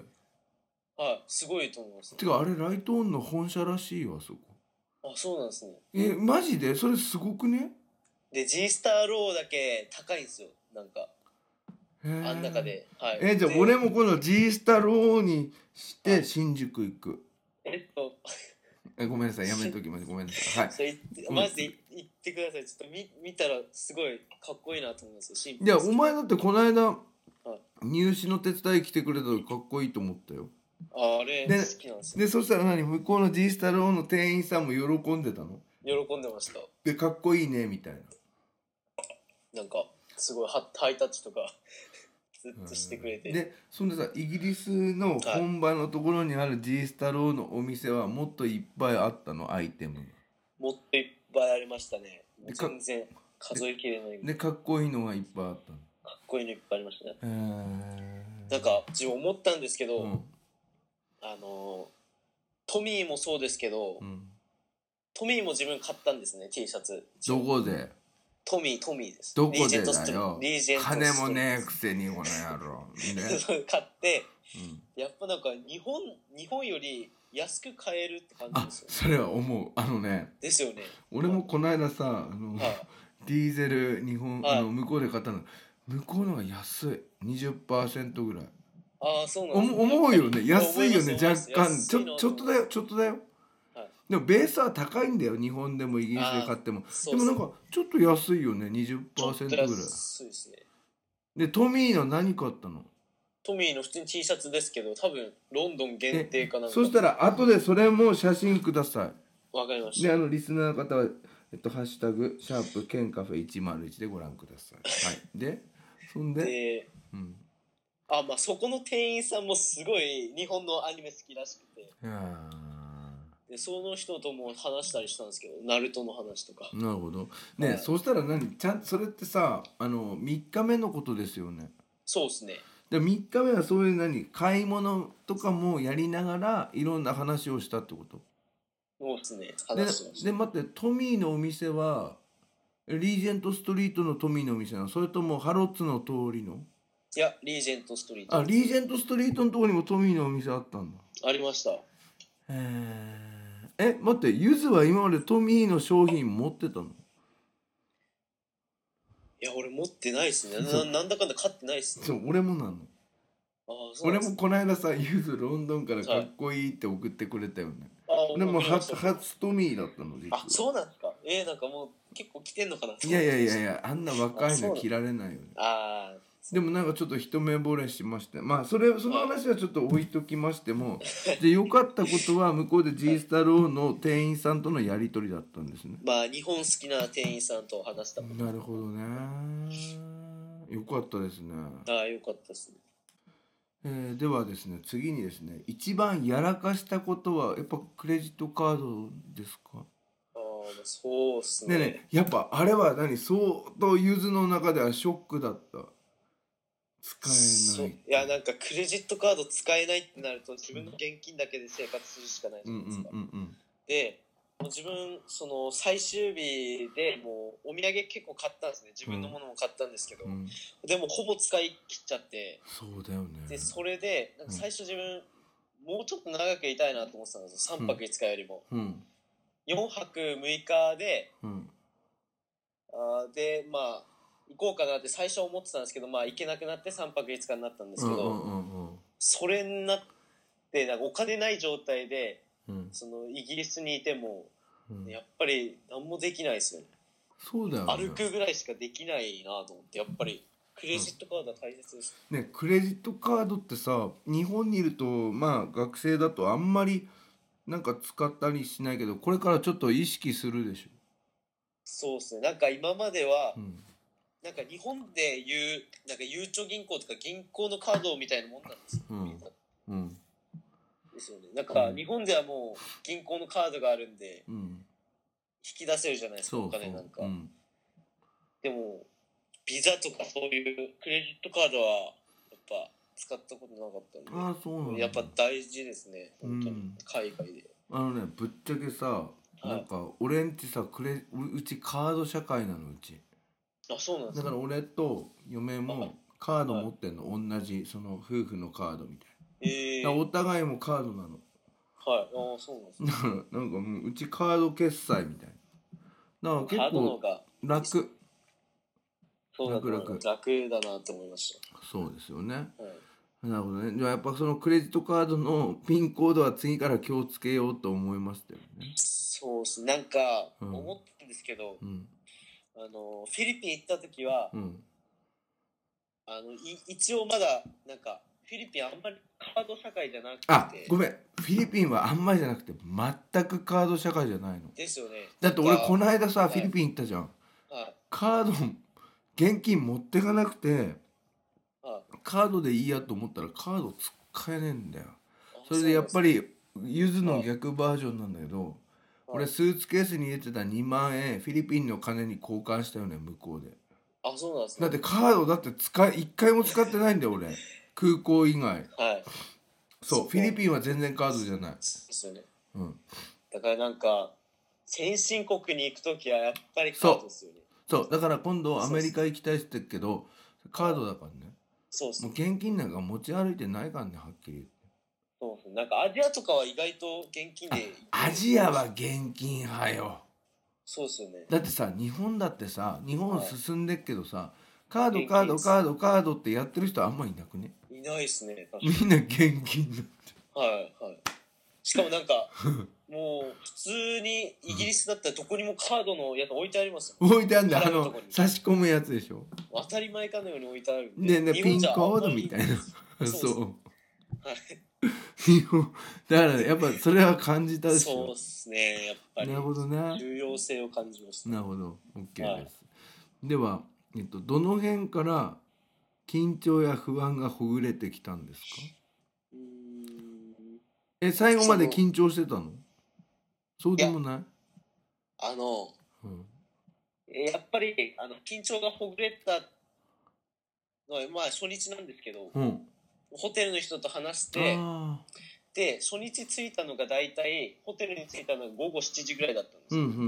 はい、すごいと思います。てかあれライトオンの本社らしいわそこあ、そうなんですね。えマジでそれすごくねで、G スターローだけ高いんですよ。なんか、へーあん中で。はい。えじゃあで俺。も今度 G スタローにして新宿行くえっと、 えごめんなさいやめときますごめんなさいはいそれ言って、マジで言ってください。ちょっと見見たら、すごいかっこいいなと思いますよ。シンプルいやですお前だってこの間はい入試の手伝い来てくれた時かっこいいと思ったよああれ、で好きなんですよ。でそしたら何向こうの G スタローの店員さんも喜んでたの喜んでました。でかっこいいねみたいななんか、すごいハハイタッチとか、ずっとしてくれて。でそんでさイギリスの本場のところにある G スタローのお店はもっといっぱいあったのアイテムがもっといっぱいありましたね。もうでか全然数えきれないぐらいでかっこいいのがいっぱいあったのかっこいいのいっぱいありましたね。へえなんか自分思ったんですけど、うんあのートミーもそうですけど、うんトミーも自分買ったんですね T シャツどこでトミートミーですどこリージェでントスだトよリリージェントスト金もねえくせにこの野郎ね 買ってうんやっぱなんか日本日本より安く買えるって感じあですよそれは思うあのねですよね俺もこの間さあのはいディーゼル日本はいあの向こうで買ったの向こうのが安い20%ぐらいああそうなんおですも思うよねやっぱ安いりよね若干ち思いょますちょっとだよちょっとだよ、はいでもベースは高いんだよ日本でもイギリスで買ってもそでうもそなうんかちょっと安いよね20%ぐらいちょっと安いですねでトミーの何買ったのトミーの普通に T シャツですけど多分ロンドン限定かなんかそしたら後でそれも写真くださわかりまいしでたあのリスナーの方は「えっと、ハッシュタグシャープケンカフェ101」でご覧ください、はい、でそんででうんあまあそこの店員さんもすごい日本のアニメ好きらしくてあでその人とも話したりしたんですけどナルトの話とかーなるほどね、はいそうしたら何ちゃんそれってさあの3日目のことですよねそうですねで3日目はそういう何買い物とかもやりながらいろんな話をしたってことそうですねで話してましで待ってトミーのお店はリージェントストリートのトミーのお店なのそれともハロッツの通りのたいやリージェントストリートあリージェントストリートのとこにもトミーのお店あったんだありましたへえ待ってゆずは今までトミーの商品持ってたのいや俺持ってないですねそなうなんだかんだ買ってないですねそう俺もなのあーそう俺なんですもこの間さゆずロンドンからかっこいいって送ってくれたよね、あーでもわかりま初した初トミーだったの実はあそうなんですかえー、なんかもう結構来てんのかないやいやいやいややあんな若あいそうのだ着られないよねあーでもなんかちょっと一目惚れしましてまあそれその話はちょっと置いときまして もで良かったことは向こうで G スタローの店員さんとのやり取りだったんですねまあ日本好きな店員さんと話したもん、なるほどね良かったですね、ああよかったですねえーではですね次にですね一番やらかしたことはやっぱクレジットカードですかああまあそうっすねねえねえやっぱあれは何相当ゆずの中ではショックだった使そえうないいやなんかクレジットカード使えないってなると自分の現金だけで生活するしかないじうゃんなういですか、んうんうんでもう自分その最終日でもうお土産結構買ったんですね自分のものも買ったんですけど、うんでもほぼ使い切っちゃってそうだよねでそれでなんか最初自分もうちょっと長くいたいなと思ってたんですようん3泊5日よりも、うん4泊6日でうんあーでまあ行こうかなって最初思ってたんですけどまあ行けなくなって3泊5日になったんですけど、うんうんうんそれになってなんかお金ない状態でうんそのイギリスにいてもうんやっぱり何もできないですよねそうだよね歩くぐらいしかできないなと思ってやっぱりクレジットカードは大切です、ねクレジットカードってさ日本にいるとまあ学生だとあんまりなんか使ったりしないけどこれからちょっと意識するでしそうですねなんか今まではょ、うん、なんか日本でいうなんかゆうちょ銀行とか銀行のカードみたいなもんなんですよ、うんみんなうんですよねなんか日本ではもう銀行のカードがあるんでうん引き出せるじゃないですかそおうそ金なんうか、うんでもビザとかそういうクレジットカードはやっぱ使ったことなかったんでああそうなんだやっぱ大事ですね、う本ん当に、海外で。あのねぶっちゃけさいなんか俺んちさクレううちカード社会なのうちあ、そうなんですだか。から俺と嫁はもいカード持ってんの同じその夫婦のカードみたいなええおはい。互いもカードなの ああ、そうなんですね。だからなんかもううちカード決済みたいなだからハー結ドの方構が、楽そうだと思い楽ます楽だなと思いましそうですよねた。はい。なるほどねじゃあやっぱそのクレジットカードのピンコードは次から気をつけようと思いましたよねそうですね。なんか、うん思ったんですけど、うんあの、フィリピン行った時はう、んあの、い一応まだ、なんか、フィリピンあんまりカード社会じゃなくて。あごめんフィリピンはあんまりじゃなくて全くカード社会じゃないのですよね。だって俺この。の間さはいフィリピン行ったじゃんはい。カード現金持ってかなくてはいカードでいいやと思ったらカード使えねえんだよあそれでやっぱりゆずはのい逆バージョンなんだけどそうなん俺ですスーツケースに入れてた2万円フィリピンの金に交換したよね向こうではいあ、そうなんですだね。ってカードだって使い1回も使ってないんだよ俺空港以外はい。そうフィリピンは全然カードじゃないそうですよね。うんだからなんか、先進国に行くときはやっぱりカードですよね。そうだから今度アメリカ行きたいって言ってるけどカードだからねそうですもうね。現金なんか持ち歩いてないからねはっきり言ってそうっすねなんかアジアとかは意外と現金で。アジアは現金派よそうですよね。だってさ日本だってさ日本進んでっけどさカード現金カードカードカードってやってる人あんまいなくねいないですね。確かみにんな現金だはいはい。しかもなんか、もう普通にイギリスだったらどこにもカードのやつ置いてありますよ。置いてあんだあカードのとのこに差し込むやつでしょ当たり前かのように置いてあるねんえで。ねえ日本じゃピンコードみたいなあんまりそそううはい日本だからやっぱそれは感じたでしそうょですね。やっぱなり。るほどね重要性を感じました。なるほど OK はいです、では、えっと、どの辺から緊張や不安がほぐれてきたんですかうーんえ最後までその緊張してたのそうでもないあの、うんえやっぱりあの緊張がほぐれたのは、まあ、初日なんですけど、うん、ホテルの人と話して、あで、初日着いたのが大体、ホテルに着いたのが午後7時ぐらいだったんですーうよ。んうんう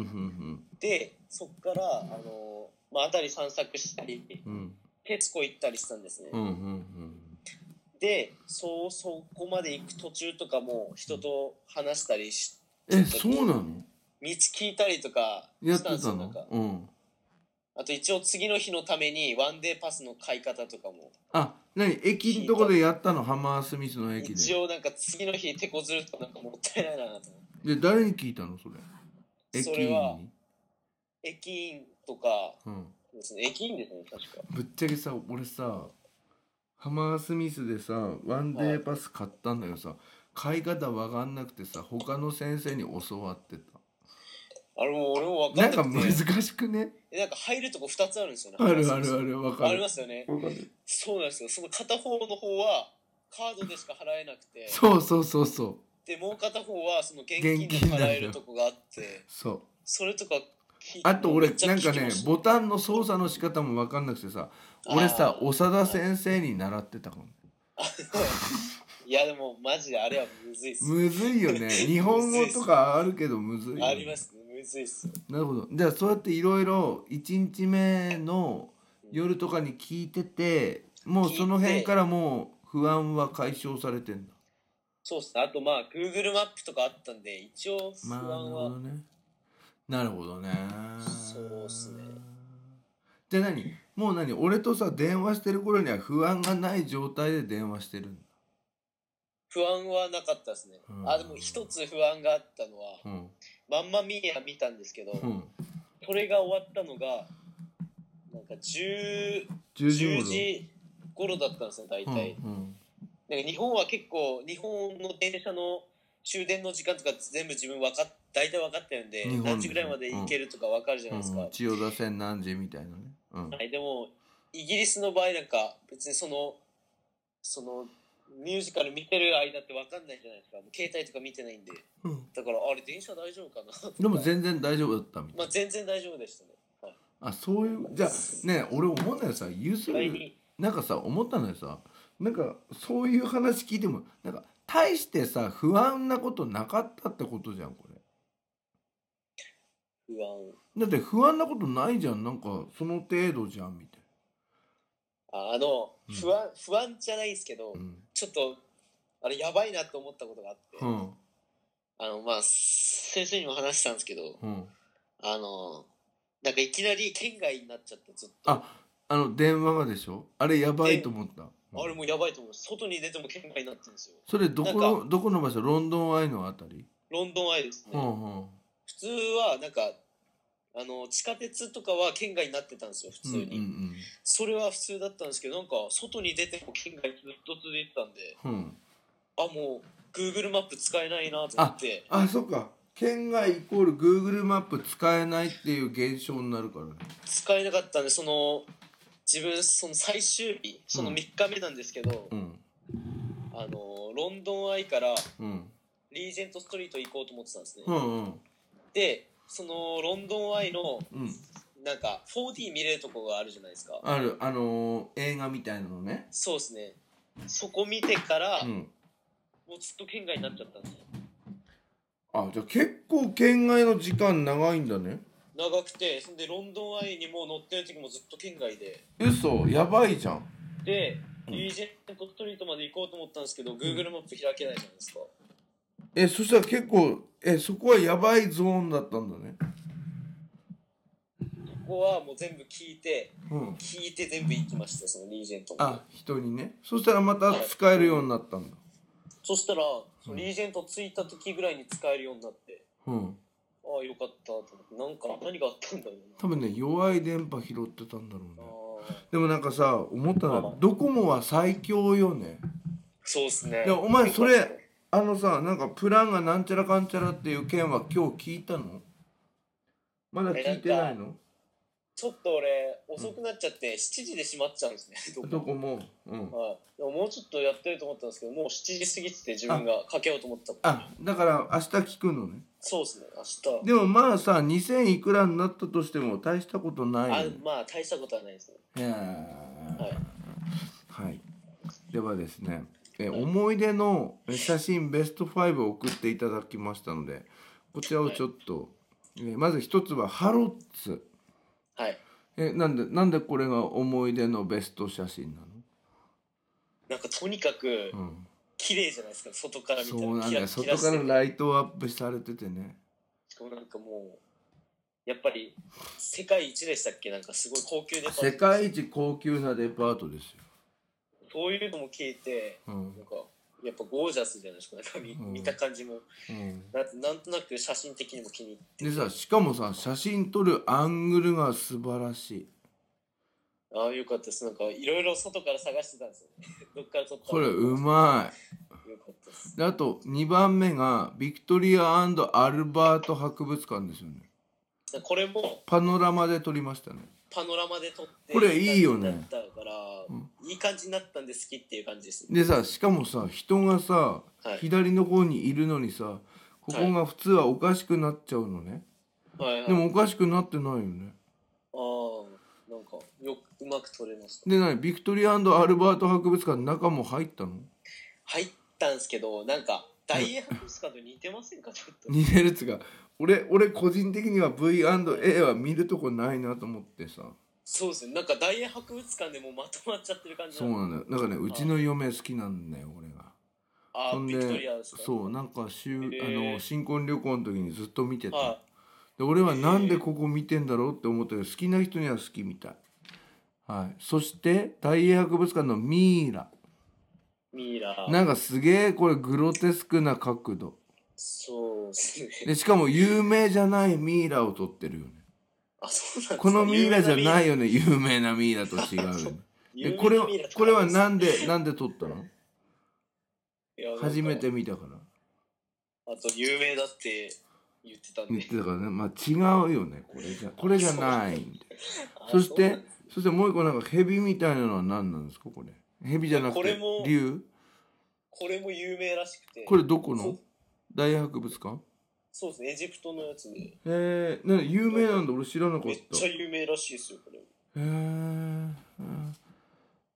んで、そっから、あの、まあ、辺り散策したり、うんうん徹子行ったりしたんですね。うんうんで、そう、そこまで行く途中とかも、人と話したりし、うんえそうなの道聞いたりとかやっしてたんですたよ、なんのか。うんあと一応次の日のために、ワンデーパスの買い方とかも、あ何駅のとこでやったのハマースミスの駅一で応なんか次の日手こずるとなんかもったいないなと思ってで誰に聞いたのそれ駅そ員れはに、駅員とかうん、ですね駅員ですね確かぶっちゃけさ俺さハマースミスでさワンデーパス買ったんだけどさ買い方わかんなくてさ他の先生に教わってたあれもう俺も分かなんんなかくて難しくねえなんか入るとこ2つあるんですよねあるあるあるわかありるますよねわかるそうなんですよその片方の方はカードでしか払えなくてそうそうそうそうでもう片方はその現金で現金なんだ払よえるとこがあってそうそれとか聞いあと俺めっちゃなんか聞きねましたボタンの操作の仕方も分かんなくてさ俺さあー長田先生に習ってたかもいやでもマジであれはむずいっすむずいよ ね日本語とかあるけどむずいよねありますねむずいっすなるほどじゃあそうやっていろいろ1日目の夜とかに聞いててもうその辺からもう不安は解消されてんだそうっすねあとまあ Google マップとかあったんで一応不まあ安なるほは、どねなるほどねそうっすねで何もう何俺とさ電話してる頃には不安がない状態で電話してるんだ不安はなかったですね、うんあでも一つ不安があったのはうん「まんまミーア」見たんですけど、うんそれが終わったのがなんか 10, 10時頃10時頃だったんですね大体、うんなんか日本は結構日本の電車の終電の時間とか全部自分わかっ大体分かってるんで日本何時ぐらいまで行けるとか分かるじゃうないんですか、うん、千代田線何時みたいなね、うん、はい、でもイギリスの場合なんか別にそのそのミュージカル見てる間って分かんないじゃないですかもう携帯とか見てないんでうんだからあれ電車大丈夫かなでも全然大丈夫だったみたい まあ全然大丈夫でしたねあそういうじゃあね俺思うんだよさゆず意外になんかさ思ったのよさなんかそういう話聞いてもなんか大してさ不安なことなかったってことじゃんこれ不安だって不安なことないじゃんなんかその程度じゃんみたいああのうん不安、不安じゃないですけな、ど、うん、ちょっとあれやばいなって思ったことがあって、うんあのまあ先生にも話したんですけどうんあのなんかいきなり県外になっちゃってずっとああの電話がでしょあれやばいと思った、うんあれもうやばいと思う外に出ても県外になってるんですよそれどこなんのどこの場所ロンドンアイのあたり、ロンドンアイですうね、んうん普通はなんかあの地下鉄とかは県外になってたんですよ普通に、うんそれは普通だったんですけどなんか外に出ても県外ずっと続いてたんでうんうんあもう Google マップ使えないなと思ってあそっか県外イコール Google マップ使えないっていう現象になるからね使えなかったんでその自分その最終日そのうん3日目なんですけど、うんあのロンドンアイからうんリージェントストリート行こうと思ってたんですね、うんうんでそのロンドンアイのうんなんか 4D 見れるとこがあるじゃないですかあるあのー映画みたいなのねそうですねそこ見てから、うんもうずっと県外になっちゃったんですよあじゃあ結構県外の時間長いんだね長くてそんでロンドンアイにもう乗ってる時もずっと県外で嘘やばいじゃんでうんリージェントストリートまで行こうと思ったんですけど Google マップ開けないじゃないですかえそしたら結構えそこはやばいゾーンだったんだねここはもう全部聞いてうん聞いて全部行きましたそのリージェントまであ人にねそしたらまた使えるようになったんだそしたらそのリージェント着いた時ぐらいに使えるようになってうんああよかったと思ってなんか何があったんだろ多分ね弱い電波拾ってたんだろううなねああでもなんかさ思ったらはいドコモは最強よねそうですねいやお前それあのさなんかプランがなんちゃらかんちゃらっていう件は今日聞いたのまだ聞いてないのちょっと俺遅くなっちゃって7時で閉まっちゃうんですねどこドコモうんはい、でももうちょっとやってると思ったんですけどもう7時過ぎてて自分がかけようと思ったあだから明日聞くのねそうですね明日でもまあさ2000いくらになったとしても大したことないあよねまあ大したことはないですねいやーはいではですねえ思い出の写真ベスト5を送っていただきましたのでこちらをちょっとえまず一つはハロッツはいえなんでなんでこれが思い出のベスト写真ななんかとにかくの、綺麗じゃないですか外かうらん、見そたらうなんキだラよッキ外ラしかてらるライトアップされててねしかもなんかもうやっぱり世界一でしたっけなんかすごい高級デパート世界一高級なデパートですよ、そういうのも聞いてうんなんかやっぱゴージャスじゃないですかなんか見,、うん見た感じもうん、ななんとなく写真的にも気に入ってでさしかもさ写真撮るアングルが素晴らしいああよかったですなんかいろいろ外から探してたんですよね どっから撮ったのこれうまいよかったですであと2番目がビクトリアアルバート博物館ですよねこれもパノラマで撮りましたねパノラマで撮ってこれいいよねだったから、いい感じになったんで好きっていう感じですねでさしかもさ人がさ、はい左の方にいるのにさここが普通はおかしくなっちゃうのね、はいはいでもおかしくなってないよねああなんかよくうまく撮れましたで何ビクトリアアルバート博物館の中も入ったの入ったんですけどなんか大英博物館と似てませんかちょっと似てるっつうか俺俺個人的には V&A は見るとこないなと思ってさそうですねなんか大英博物館でもうまとまっちゃってる感じそうなんだよだからねうちの嫁好きなんだよ俺が。あそあんビクトリアでですかそうなんか週、ーあの新婚旅行の時にずっと見てた、はで俺はなんでここ見てんだろうって思ったけど好きな人には好きみたい、はい、そして大英博物館のミイラいミイラなんかすげえこれグロテスクな角度そうですね でしかも有名じゃないミイラを撮ってるよねあそうなんですかこのミイラじゃないいよね有名なミイラと違うよ ねでこれはこれはなんでなんで撮ったの初めて見たからあと有名だって言ってたん言っでてたからねまあ違うよねこれじゃこれじゃないんであそしうなてんですそしてもう一個なんか蛇みたいなのは何なんですかこれ蛇じゃなくこれても竜これも有名らしくてこれどこのそ大博物館そうですねエジプトのやつでえー、な有名なんだ俺知らなかっためへっちゃ有名らしいですよこれえー、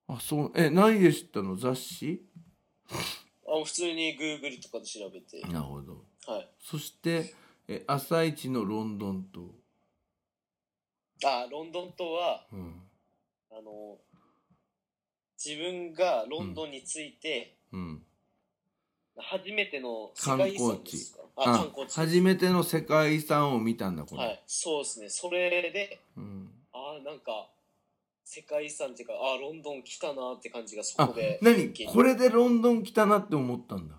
あそうえ何で知ったの雑誌あ普通に Google とかで調べて、なるほどはいそしてえ朝一のロンドン島、あロンドン島はうんあの自分がロンドンに着いて、うん、初めての観光地世界遺産ですかあ、あ観光地。初めての世界遺産を見たんだこれ、はい、そうですね。それで、うん、ああ、なんか、世界遺産っていうか、ああ、ロンドン来たなって感じがそあこで。何これでロンドン来たなって思ったんだ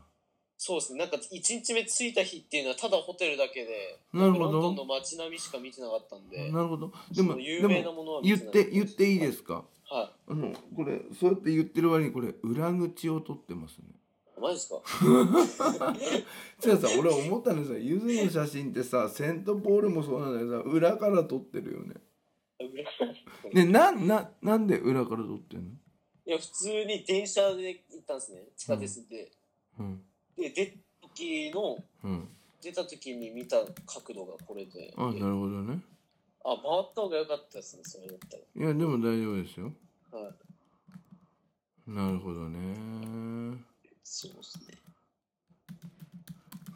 そうですね。なんか、1日目着いた日っていうのは、ただホテルだけで、なるほロンドどンの街並みしか見てなかったんで、なるほどでもそので有名なもものは見言っなかたでてす言っていいですかはあのこれそうやって言ってる割にこれ裏口を取ってますねい。マジですかつやさ俺思ったんですよゆずの写真ってさセントポールもそうなんだけどさ裏から撮ってるよねねなななんで裏から撮ってんの、いや、普通に電車で行ったんですね。地下鉄で。うんで、出た時の、うん、出た時に見た角度がこれで。あなるほどねあ、回った方が良かったですね、それだったいやでも大丈夫ですよら。はい。なるほどねそうですね。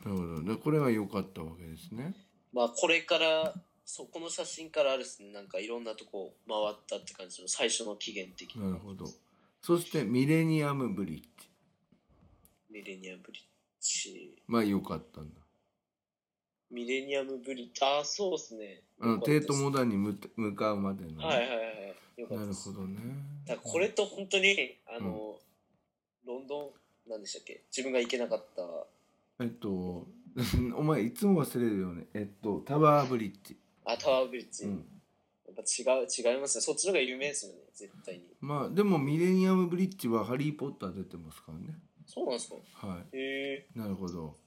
なるほどでこれが良かったわけですねまあ、これから、そこの写真からあれですね、なんかいろんなとこ回ったって感じの最初の起源的なるほどそしてミレニアムブリッジミレニアムブリッジ。まあ良かったんだミレニアムブリッジ。あ、そうですね。あのよかった帝です都モダンに向向かうまでのね、はいはいはい。よかっなるたですほ。どねだからこれと本当に、あの、ロンドン、なんでしたっけ自分が行けなかった。えっと お前いつも忘れるよねえっとタワーブリッジ、あ、タワーブリッジ。うやん、っぱ違う、違いますね。そっちの方が有名ですよね、絶対に。まあでもミレニアムブリッジは「ハリー・ポッター」出てますからねそうなんですかはへえいなるほど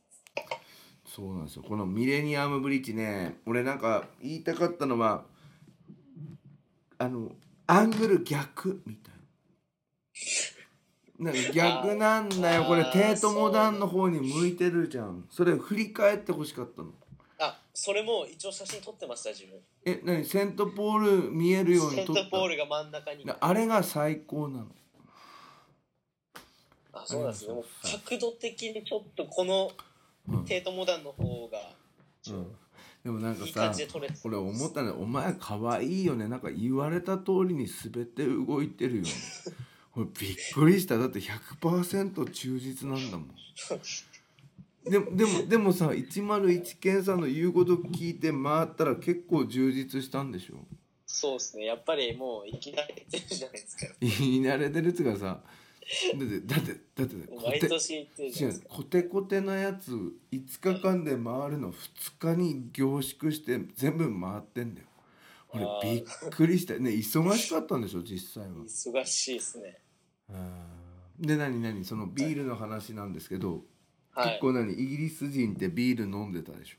そうなんですよこのミレニアムブリッジね俺なんか言いたかったのはあのアングル逆みたいななんか逆なんだよこれあー帝都モダンの方に向いてるじゃんそれ振り返ってほしかったのあ、それも一応写真撮ってました、自分。え何セントポール見えるようセにン撮トったポールが真ん中に。なあれが最高なのあ、そうなんですね。ありもうがとうございます角度的にちょっとこのうんテートモダンの方が、うんでもなんかいいさ感じで撮れてた俺思ったねお前可愛いよねなんか言われた通りに全て動いてるよ ね俺びっくりしただって100%忠実なんだもんでもでもでもさ101健さんの言うこと聞いて回ったら結構充実したんでしょそうですね。やっぱりもう、いきなり出てるじゃないですか。言い慣れてるやつがさだってだってだってもうコ 毎テ年行ってるじ違ゃうないですか。コテコテなやつ5日間で回るの2日に凝縮して全部回ってんだよ俺あーびっくりしたね忙しかったんでしょ実際は忙しいですね。で何何そのビールの話なんですけど、は結い。構何イギリス人ってビール飲んでたでしょ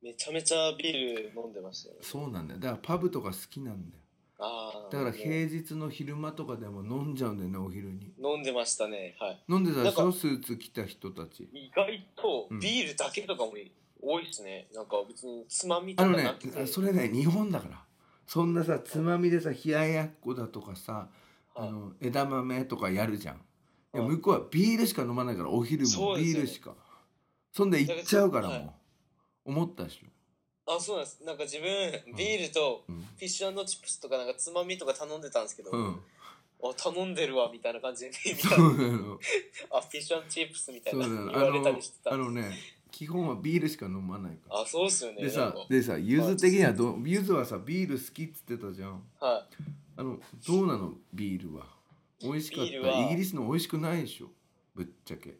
めちゃめちゃビール飲んでましたよね。そうなんだよだからパブとか好きなんだよああ。だから平日の昼間とかでも飲んじゃうんだよねお昼に飲んでましたね。はい。飲んでたでしなんょかスーツ着た人たち意外とうんビールだけとかも多いですね。なんか別につまみとあかのなねくて。それね日本だからそんなさつまみでさ冷ややっこだとかさあはいの枝豆とかやるじゃんいやはい向こうはビールしか飲まないからお昼そもうでビすよーねルしかそんで行っちゃうからはいもう思ったでしあ、そうなんです。なんか自分、ビールとょうんフィッシュチップスとかなんかつまみとか頼んでたんですけど、 うんあ、頼んでるわみたいな感じで、みそたいうななのあ、フィッシュチップスみたいそうなな言のわれたりしてあたのあんでのす。ね基本はビールしか飲まないからあ、そうっすよね。でなんさかでさゆず的にはどうゆずはさビール好きっつってたじゃんはあのどうなのビールは美味しかっビールたはイギリスの美味しくないでしょぶっちゃけい。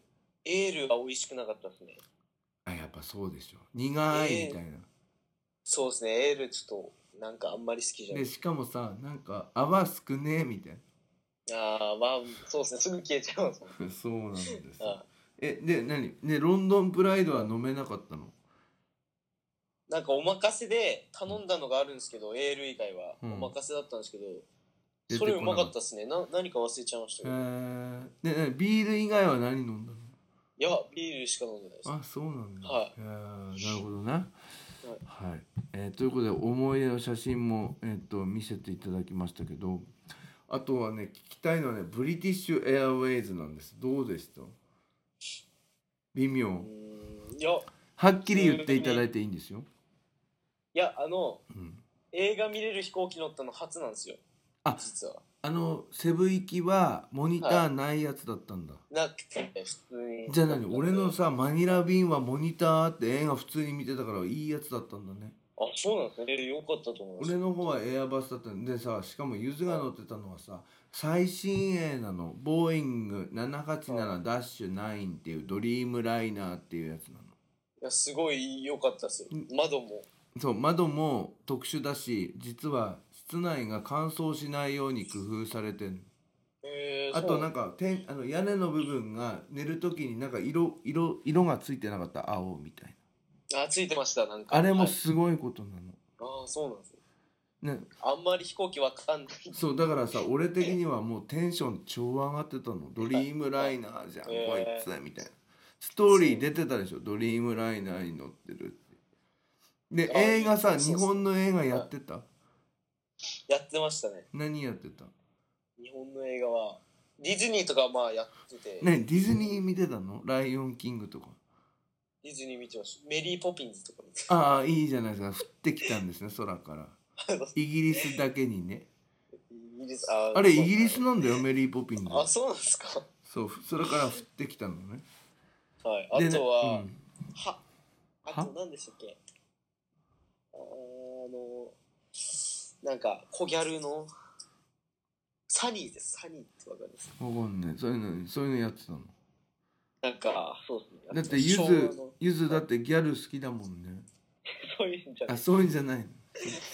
エールは美味しくなかったですね。あやっぱそうでしょ苦いみたいな、そうですね。エールちょっと、なんかあんまり好きじゃなでい。しかもさなんか泡少ねえみたいああ、まあ、そうですね。すぐ消えちゃうんですもん。な そうなんですあえで何でロンドンプライドは飲めなかったのなんかお任せで頼んだのがあるんですけど、エール以外はうおん任せだったんですけど、出てそこなれうまかったですねな何か忘れちゃいましたけへえど、で何ビール以外は何飲んだのいやビールしか飲んでないですあそうなんだ、はいへえなるほどなはい、えーということで思い出の写真も、えー、と見せていただきましたけどあとはね聞きたいのはねブリティッシュエアウェイズなんですどうでした微妙うーんいやいはっきり言っていただいていいんですよ、やあのうん映画見れる飛行機乗ったの初なんですよあ実はあのセブ行きはモニターないやつだったんだ、なくて、普通に。じゃあ何俺のさマニラ便はモニターあって映画普通に見てたからいいやつだったんだねあ、そうなんですね。えよかったと思います。俺の方はエアバスだったんでさしかもゆずが乗ってたのはさ最新鋭なのボーイング787-9っていうドリームライナーっていうやつなのいや、すごい良かったですよ。窓も。そう窓も特殊だし実は室内が乾燥しないように工夫されてんえー、あとそうなんか天あの屋根の部分が寝る時になんか色色色がついてなかった青みたいあ、ついてました、なんか。なあれもはいすごいことなああ、そうなんですね。の、ね、あんまり飛行機わかんない。そうだからさ俺的にはもうテンション超上がってたのドリームライナーじゃんこいえーつみたいなストーリー出てたでしょドリームライナーに乗ってるってであ映画さそうそ日う本の映画やってたやってましたね。何やってた日本の映画は。ディズニーとかまあやってて、ねディズニー見てたのライオンキングとかディズニー見てました。メリーポピンズとか見てああいいじゃないですか降ってきたんですね空 からイギリスだけにねイギリス、あーあれイギリスそうなんだよメリー・ポピンズあ、そうなんですか。そう空から降ってきたのねはい。でねあとは、うんは、はあと何でしたっけあの、なんか、小ギャルの、サニーです。サニーってわかりますわかんないそういうのそういうのやってたのなんか、そうですね。だってゆず昭和のゆずだってギャル好きだもんねそういうんじゃなあい。そういうんじゃないの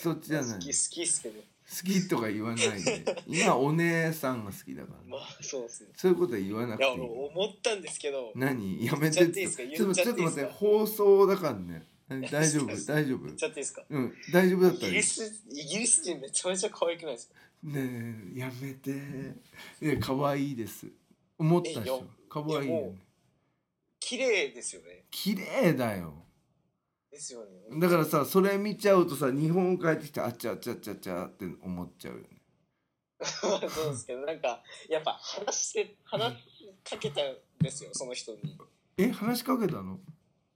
そそっちじゃない好のき、好好きっすけど。きとか言わないで 今お姉さんが好きだから、まあ、そうですね。そういうことは言わなくていいや、い思ったんですけど、何やめ言っちゃてっていいですかちょっとちょっと待言っちっゃっていいですてか放送だからね何大 丈夫いや大丈夫言っちゃっていいですかうん大丈夫だっイたギらいいリス、イギリス人めちゃめちゃ可愛くないですかねえやめていや可愛いです思ったでしえょよ可愛いいやよもねう綺麗ですよね。綺麗だよですよね。だからさそれ見ちゃうとさ日本帰ってきてあっちゃあっちゃあっちゃあっちゃって思っちゃうよねそうですけど、なんか、やっぱ話して、話しかけたんですよ、その人に。え話しかけたの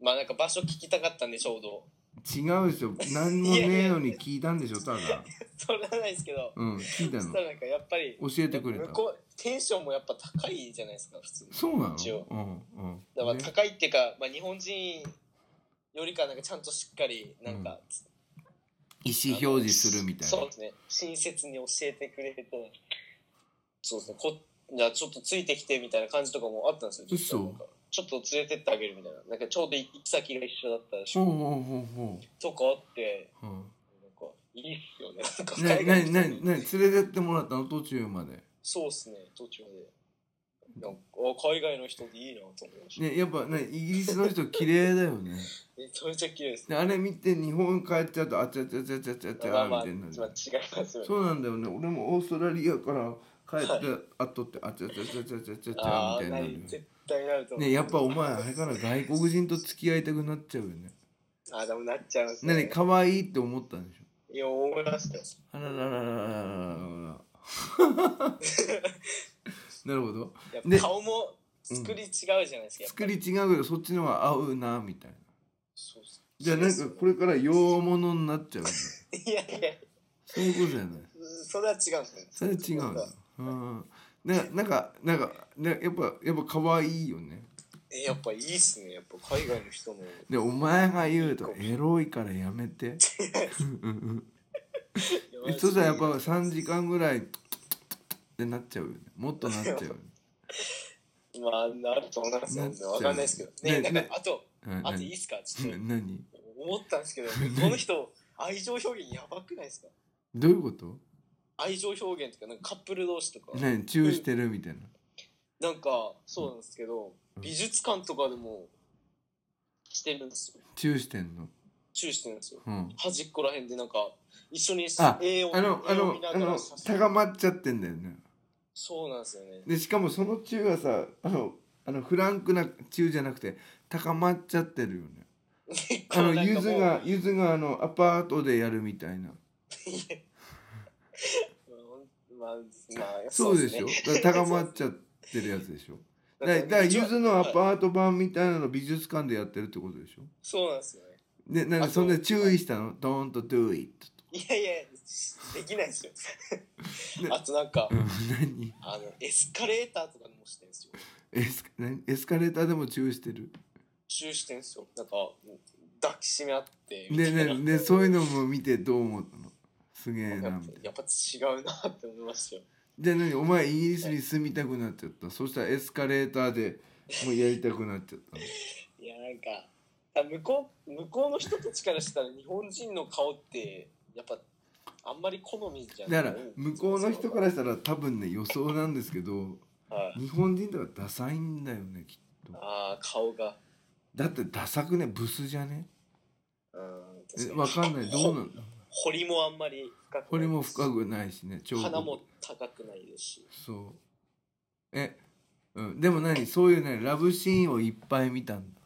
まあなんか場所聞きたかったんで、ちょうど。違うでしょ何もねえのに聞いたんでしょただそれはないですけど、うん聞いたそしのたらなんかやっぱり、教えてくれた向こう、テンションもやっぱ高いじゃないですか、普通に。そうなの一応うんうんだからね高いっていうか、まあ日本人よりか、なんかちゃんとしっかり、なんか、意思表示するみたいなそうですね、親切に教えてくれて、そうですね、こじゃあちょっとついてきてみたいな感じとかもあったんですよ、実はなんかちょっと連れてってあげるみたいな、なんかちょうど行き先が一緒だったらしくほうほうほうほとかあって、ううんなんか、いいっすよね。なねんか海な外のに人なにになに連れてってもらったの途中までそうっすね、途中で。なんかあ海外の人でいいなと思いました。ねやっぱねイギリスの人綺麗だよねめちゃめちゃ綺麗ですで。あれ見て日本帰っちゃうとあちゃちゃちゃちゃちゃちまあゃまみあ、たまいになあ違いまるすよね。そうなんだよね俺もオーストラリアから帰ってあとってあちゃちゃちゃちゃちゃちゃちゃああ、みたないいになるよ絶対なると思う。ねやっぱお前あれから外国人と付き合いたくなっちゃうよねああ、でもなっちゃうんですね。何可愛いって思ったんでしょいや、思いましたよ。あらららららららららなるほどやっでぱ顔も作り違うじゃないですか。やっぱ作り違うけどそっちの方が合うなみたいなそうっすじゃあなんかこれから洋物になっちゃうよねいやいや、そういうことじゃないそれは違うんですね。それは違うなんのかうんななんかなんかなやっぱやっぱ可愛いよねえやっぱいいっすね。やっぱ海外の人も。でお前が言うとエロいからやめてそしたらやっぱ3時間ぐらいってなっちゃうよねもっとなっちゃうよねまあ、なると思いますよなっちゃうわかんないですけど。ねね、なんねか、あと、うん あといいっすかちょっ何何と思ったんですけど、この人、愛情表現やばくないですかどういうこと愛情表現とか、なんかカップル同士とか、何チューしてるみたいななんか、そうなんですけどう、ん美術館とかでも、してるんですよ。チューしてんの注意してるんですよ。うん端っこら辺で、なんか、一緒にあ絵をあのあ絵をの見なあがらの写真高まっちゃってんだよねそうなんですよね。でしかもそのチューはさあのあのフランクなチューじゃなくて高まっちゃってるよね あのゆずがゆずがあのアパートでやるみたいなうんまあ、まあ、そうでしょすねだから高まっちゃってるやつで しょだからだからゆずのアはいパート版みたいなの美術館でやってるってことでしょそうなんですよね。でなんかあそんなそう注意したの「Don't do it」いやいや、できないですよ ね。あとなんか、うん、 何あの、エスカレーターとかでもしてんですよ。エスカ何エスカレーターでも注意してるチューしてんすよ。なんか、抱きしめ合ってみたねいな。ねねそういうのも見てどう思ったのすげえななんかやっぱ違うなって思いましたよ。じゃあ何お前イギリスに住みたくなっちゃったそしたらエスカレーターでもうやりたくなっちゃったのいや、なんか、あ向こう、向こうの人たちからしたら日本人の顔って、やっぱ、あんまり好みじゃなだい。から向こうの人からしたら多分ね予想なんですけどはい。日本人とかダサいんだよねきっとああ、顔が。だってダサくねブスじゃねうん、え確わかんないどうな ほんだ彫りもあんまり深くないです。これも深くないしね彫刻鼻も高くないですし。そうえ、うん、でも何そういうねラブシーンをいっぱい見たんだ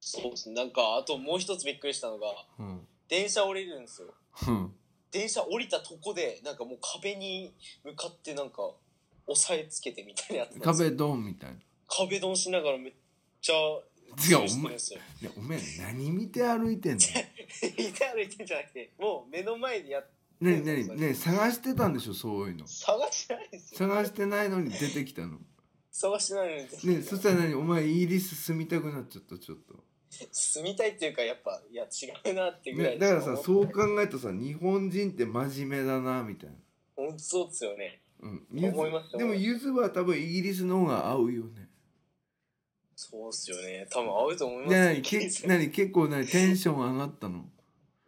そうですね。なんか、あともう一つびっくりしたのが、うん電車降りるんですよ。うん電車降りたとこで、なんかもう壁に向かってなんか、押さえつけてみたいなやつなんですよ。壁ドンみたいな壁ドンしながらめっちゃ、違う注意してるんですよ。いやお前何見て歩いてんの 見て歩いてんじゃなくて、もう目の前にやっ何何ね探してたんでしょそういうの探してないですよ。探してないのに出てきたの探してないのに全然。ねそしたら何お前イギリス住みたくなっちゃったちょっと住みたいっていうか、やっぱ、いや、違うなってぐらね、いだからさそうか。考えたらさ日本人って真面目だなみたいな、本当そうっすよね。うん、ゆず思いますでも思いますゆずは多分イギリスの方が合うよねそうっすよね。多分合うと思いますよ。ねけ何結構ねテンション上がったの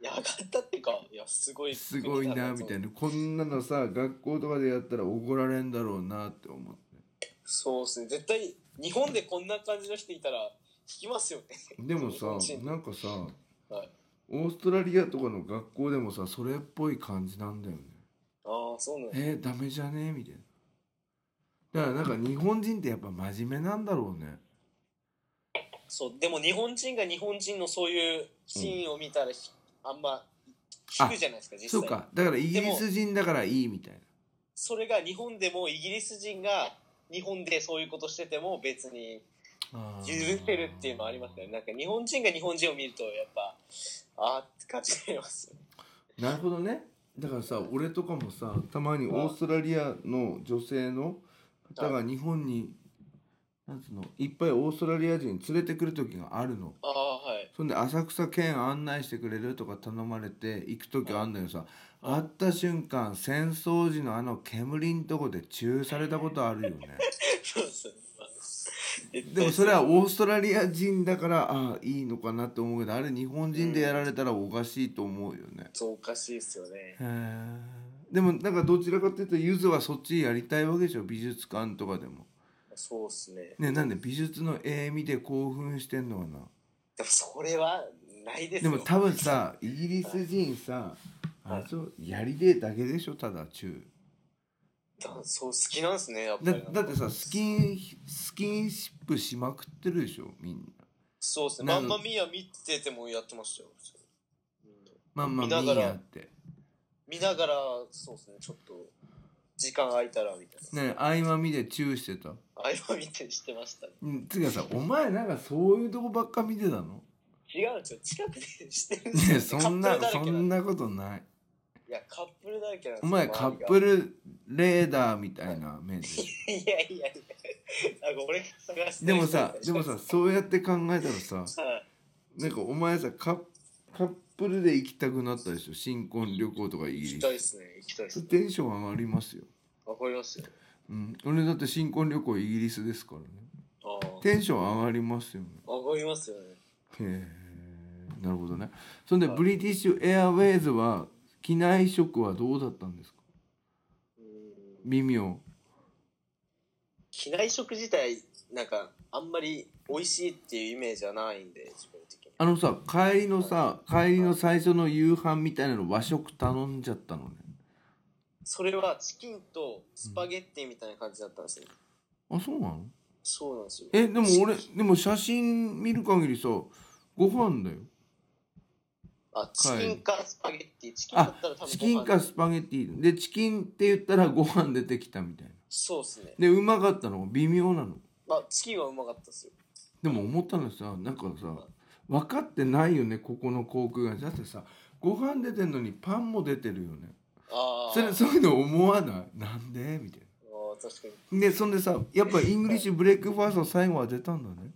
いや、上がったっていうか、いや、すごい。すごいなみたいなこんなのさ学校とかでやったら怒られんだろうなって思ってそうですね。絶対、日本でこんな感じの人いたら、引きますよね。でもさ日本人なんかさはい、オーストラリアとかの学校でもさそれっぽい感じなんだよねああ、そうなんだ。えー、ダメじゃねみたいなだからなんか日本人ってやっぱ真面目なんだろうねそう、でも日本人が日本人のそういうシーンを見たら、ひあんま、あ聞くじゃないですか、実際。そうかだからイギリス人だからいいみたいなそれが日本でもイギリス人が日本でそういうことしてても別にあ許ーせるっていうのはありますよね。なんか日本人が日本人を見ると、やっぱ、あーって感じになりますよね。なるほどねだからさ俺とかもさたまにオーストラリアの女性の方が日本になんつうのいっぱいオーストラリア人連れてくる時があるのああ、はい。そんで浅草県案内してくれるとか頼まれて行く時あんだけどさ会った瞬間戦争時のあの煙んとこでチューされたことあるよ ねそうそう。 でもそれはオーストラリア人だからああいいのかなって思うけどあれ日本人でやられたらおかしいと思うよね、そうおかしいですよね。へえでもなんかどちらかというとゆずはそっちやりたいわけでしょ美術館とかでもそうですね。ねなんで美術の絵見て興奮してんのかなでもそれはないですでよも多分さイギリス人さあれそうやりでえだけでしょただ中だそう好きなんですねやっぱだりだってさスキンスキンシップしまくってるでしょみんなそうですねなマんンマミーア見ててもやってましたよまあまあ見みながんらなって見ながらそうですねちょっと時間空いたらみたいな、ね合間見てチューしてたあれは見てしてましたねうんつうかさお前なんかそういうとこばっか見てたの 違うんですよ近くでしてるんですよ、ねそんなカップそルだらけなんんでなことないいやカップルだらけなんですおよ前カップルルレーダーみたいな目で いやいやいやなんか俺が探してでるも人みたい さでなもさそうやって考えたらさはいなんかお前さカッカップルで行きたくなったでしょ新婚旅行とかイ行ギきたいリですね行きたいでスすねテンション上がりますよ、わかりますようん、俺だって新婚旅行イギリスですからねああテンション上がりますよねわかりますよねへえなるほどねそんでブリティッシュエアウェイズは機内食はどうだったんですかうん微妙機内食自体なんかあんまり美味しいっていうイメージはないんで自分的にあのさ帰りのさ帰りの最初の夕飯みたいなの和食頼んじゃったのねそれはチキンとスパゲッティみたいな感じだったんですよ、あそうなのそうなんですよえでも俺でも写真見る限りさご飯だよあチキンかスパゲッティチキンだったら多分ご飯チキンかスパゲッティでチキンって言ったらご飯出てきたみたいなそうっすねでうまかったの微妙なのまあチキンはうまかったっすよでも思ったのさなんかさ分かってないよねここの航空会社だってさご飯出てんのにパンも出てるよねああそれそういうの思わないなんでみたいあー確かになでそんでさやっぱイングリッシュブレックファースト最後は出たんだね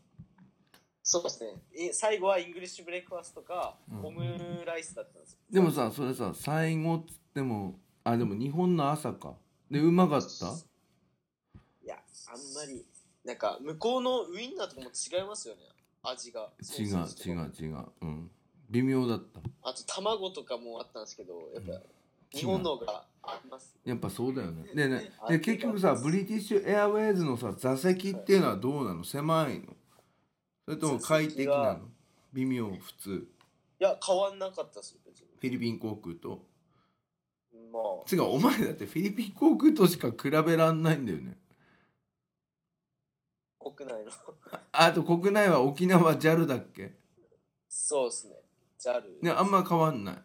そうですねえ最後はイングリッシュブレックファーストか、うんオムライスだったんですよでもさそれさ最後っつってもあでも日本の朝かでうまかったいやあんまりなんか向こうのウインナーとかも違いますよね味が違うソーセージとか違う違ううん微妙だったあと卵とかもあったんですけどやっうぱ日本の方がありますやっぱそうだよねでねあで結局さブリティッシュエアウェイズのさ座席っていうのはどうなの狭いのそれとも快適座な席の微妙普通いや変わんなかったですよ別にフィリピン航空とまあ違うお前だってフィリピン航空としか比べらんないんだよね国内のあと国内は沖縄 JAL だっけそうですね JAL、ねあんま変わんない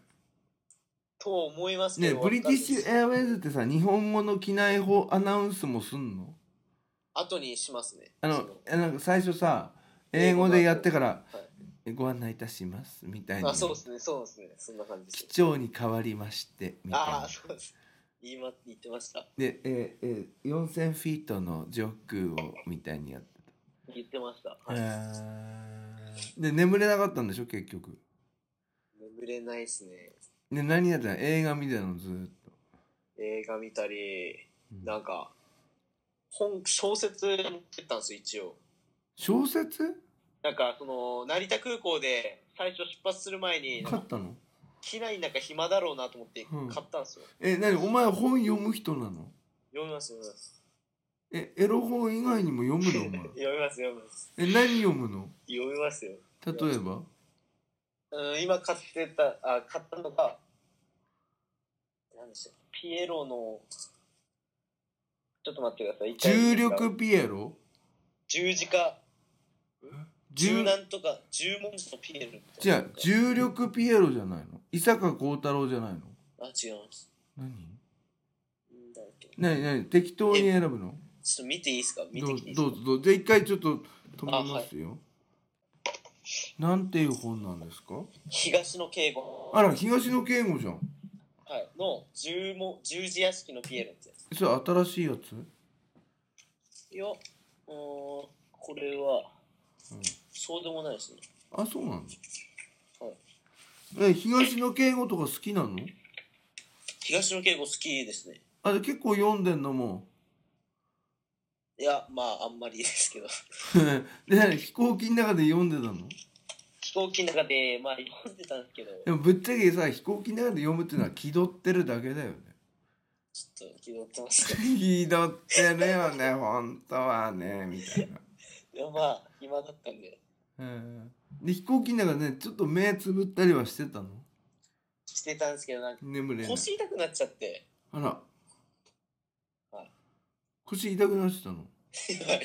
と思いますけねどブリティッシュエエアウェイズってさ日本語の機内法アナウンスもすんの後にしますねあそのあなんか最初さ英語でやってからは「ご案内いたします」みたいなあそうですねそうですねそんな感じです機長に変わりましてみたいあなあそうです言いま言ってましたで、えーえー、4,000フィートの上空をみたいにやって言ってました、た、はいで眠れなかったんでしょ結局眠れないですねで何やってたの映画見てたのずーっと映画見たりうんなんか本小説持ってったんですよ一応小説なんかその成田空港で最初出発する前になん買かったの機内なんか暇だろうなと思ってうん買ったんですよ、え何お前本読む人なの読みます読みますえエロ本以外にも読むのお 前読みます読みますえ何読むの読みますよ例えばうん今買ってたあ買ったのが何でしたっけピエロのちょっと待ってください一回重力ピエロ十字架十重なんとか十文字のピエロみたいなじゃあ重力ピエロじゃないの伊坂幸太郎じゃないのあ違います何うんだっけ何何適当に選ぶのちょっと見ていいですか見てどうきていいですどかうぞどうぞじゃあ一回ちょっと止めますよ、なんていう本なんですか東野敬吾、あら東野圭吾じゃんはい、の十も十字屋敷のピエロってやそれ新しいやつつようーんこれは、うんそうでもないですねあそうなのはいえ東野圭吾とか好きなの東野敬吾好きですねあれ結構読んでんのもいやまああんまりですけどう で何飛行機の中で読んでたの飛行機の中でまあ読んでたんですけどでもぶっちゃけさ飛行機の中で読むっていうのは気取ってるだけだよね ちょっと気取ってますけど気取ってるよね本当はねみたいなでもまあ暇だったんでうんで飛行機の中でねちょっと目つぶったりはしてたのしてたんですけどなんか眠れない腰痛くなっちゃって あらはい腰痛くなってたの痛くな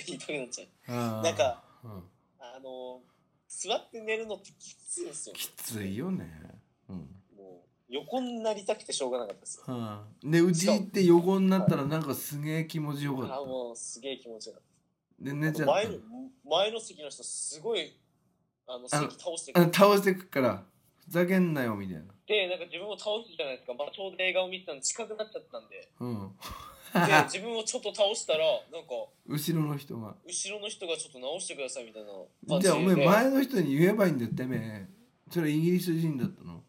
っちゃうあーなんかうんあの座って寝るのってきついんですよきついよねうんもう横になりたくてしょうがなかったですよはあ、でうち行って横になったらなんかすげえ気持ちよかっあたもうすげえ気持ちよかっでた寝ちゃっ前の前の席の人すごいあのあ席の倒してたくあれの倒してくからふざけんなよみたいなてなんか自分を倒すじゃないですか、まあ、ちょうど映画を見てたの近くなっちゃったんでうんで自分をちょっと倒したらなんか 後ろの人が後ろの人がちょっと直してくださいみたいな感じゃあお前で前の人に言えばいいんだよてめえそれイギリス人だったの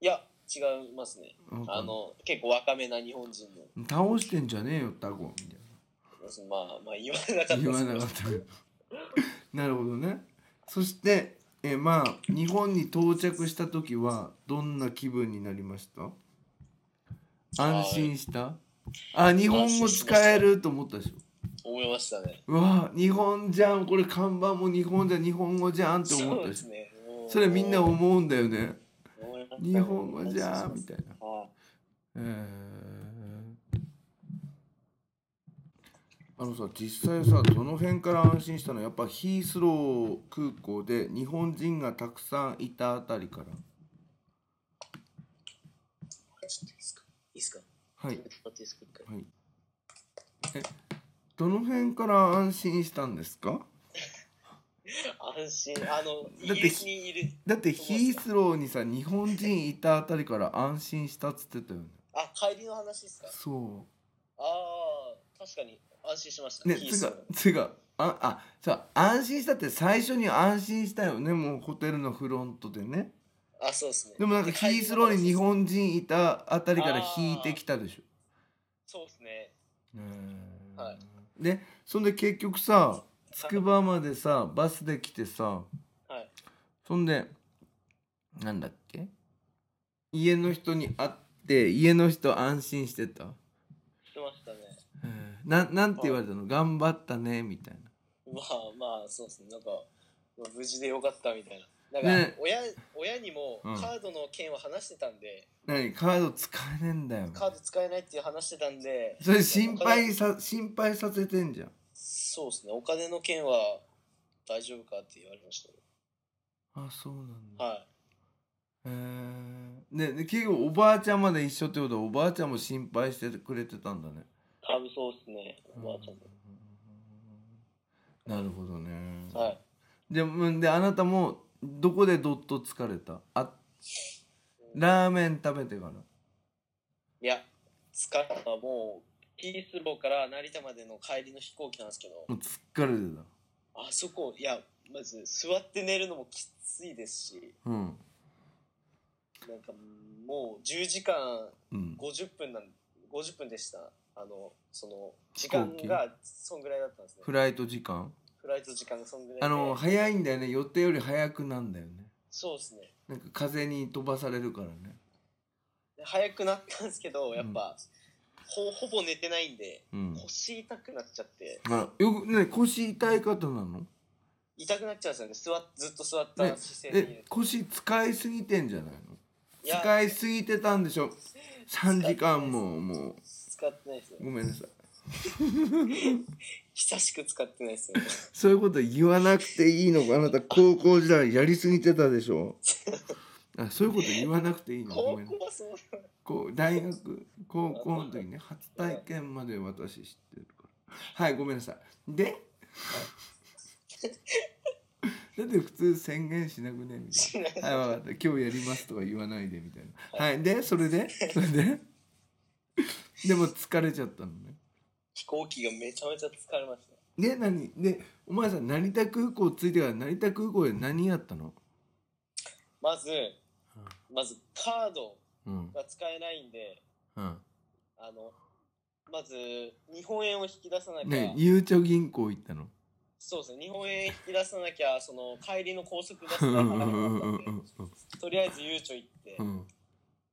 いや違いますねなんかあの結構若めな日本人の倒してんじゃねえよタコみたいまあまあ言わなかったな言わなかったけど なるほどねそしてえまあ日本に到着した時はどんな気分になりました安心したあ日本語使えると思ったでしょ思いましたねうわ日本じゃんこれ看板も日本じゃん日本語じゃんって思っそうたでですしょねそれみんな思い思うんだよねましたね日本語じゃんみたいなはいえーあのさ実際さどの辺から安心したのやっぱヒースロー空港で日本人がたくさんいたあたりからちょっといいですかいいですかはいちょっと待っていいですか一回はいえどの辺から安心したんですか安心。あの、だイってギリスにいる。だってヒースローにさ日本人いたあたりから安心したっつってたよねあ、帰りの話ですか。そああ、確かに安心しました。うねヒーつスがローつがああさ安心したって最初に安心したよねもうホテルのフロントでねあ、そうですね。でもなんかヒースローに日。本人いたあたりから引いてきたでしょそうですね。ははい、でそんで結局さつくばまでさバスで来てさはい。そんでなんだっけ家の人に会って家の人安心してたしてましたね。うんななんて言われたの頑張ったねみたい まあまあそうですねなんかまあ無事でよかったみたいななんかね親,、親にもうんカードの件は話してたんで、な何カード使えねえんだよカード使えないっていう話してたんでそれ心配さ心配させてんじゃんそうですねお金の件は大丈夫かって言われましたねあそうなんだはへえねで結構おばあちゃんまで一緒ってことはおばあちゃんも心配してくれてたんだねい多分そうですねおばあちゃんも、なるほどね、はいでうんであなたもどこでどっと疲れたあラーメン食べてからいや疲れたのはもうピースローから成田までの帰りの飛行機なんですけどもう疲れてたあそこいやまず座って寝るのもきついですしうんなんかもう10時間うん50分なん50分でしたあのその時間がそんぐらいだったんですねフライト時間フライト時間がそんぐらいであの早いんだよね予定より早くなんだよねそうですねなんか風に飛ばされるからねで早くなったんですけどやっぱ、ほほぼ寝てないんでうん腰痛くなっちゃってあよくね腰痛い方なの痛くなっちゃうんですよね座っずっと座っねた姿勢でいるえ腰使いすぎてんじゃないのいや使いすぎてたんでしょ3時間ももう使ってないですよごめんなさい久しく使ってないですよねそういうこと言わなくていいのかあなた高校時代やりすぎてたでしょあそういうこと言わなくていいのご高めん校はそうこう大学高校の時ね初体験まで私知ってるからはいごめんなさいで だって普通宣言しなくねみたいな「はい分かった今日やります」とか言わないでみたいなはいでそれでそれででも疲れちゃったのね 飛行機がめちゃめちゃ疲れましたで何でお前さ成田空港着いてから成田空港で何やったのまずまずカードうんが使えないんでうんあのまず日本円を引き出さなきゃ、ねゆうちょ銀行行ったのそうですね日本円引き出さなきゃその帰りの高速バスうがん払えうなかんうっんたんでとりあえずゆうちょ行ってうん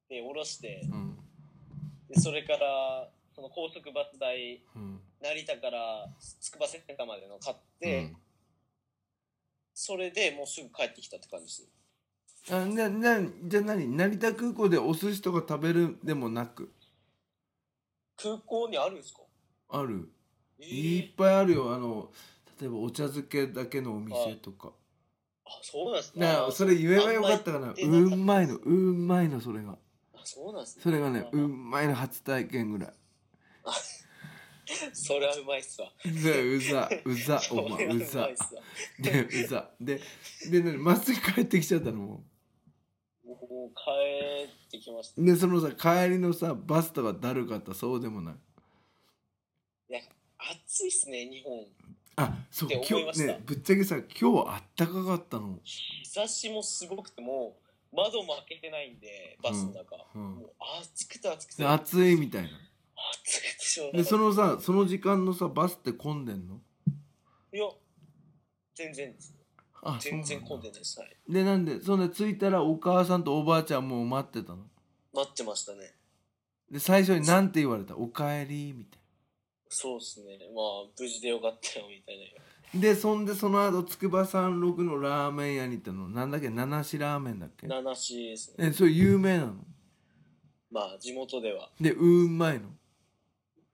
で降ろしてうんでそれからその高速バス代うん成田から筑波センターまでの買って、それでもうすぐ帰ってきたって感じですあななじゃあ何成田空港でお寿司とか食べるでもなく空港にあるんですかあるえいーっぱいあるよあの例えばお茶漬けだけのお店とかあそうなんですねなあそれ言えばよかったかなあうんまんまりいのうんまいのそれがあそうなんですねそれがねあうんまいの初体験ぐらいそれはうまいっすわうざうざうざお それ前はううまいっすわざ でうざでで何まっすぐ帰ってきちゃったのももう帰ってきましたうでそのさ帰りのさバスとかだるかったそうでもない暑いっすね日本あそうって思い今ま日したねぶっちゃけさ今日あったかかったの日差しもすごくてもう窓も開けてないんでバスの中、うんもう暑くて暑くてで暑いみたいな暑くてしょうがでないそのさその時間のさバスって混んでんのいや全然ですあそうなん全だ然混んでないです、はい、でなんでそんで着いたらお母さんとおばあちゃんもう待ってたの待ってましたねで最初に何て言われた「おかえり」みたいそうですねまあ無事でよかったよみたいななでそんでその後筑波山麓のラーメン屋に行ったのなんだっけ七種ラーメンだっけ七しですねえそれ有名なのまあ地元ではでうんまいの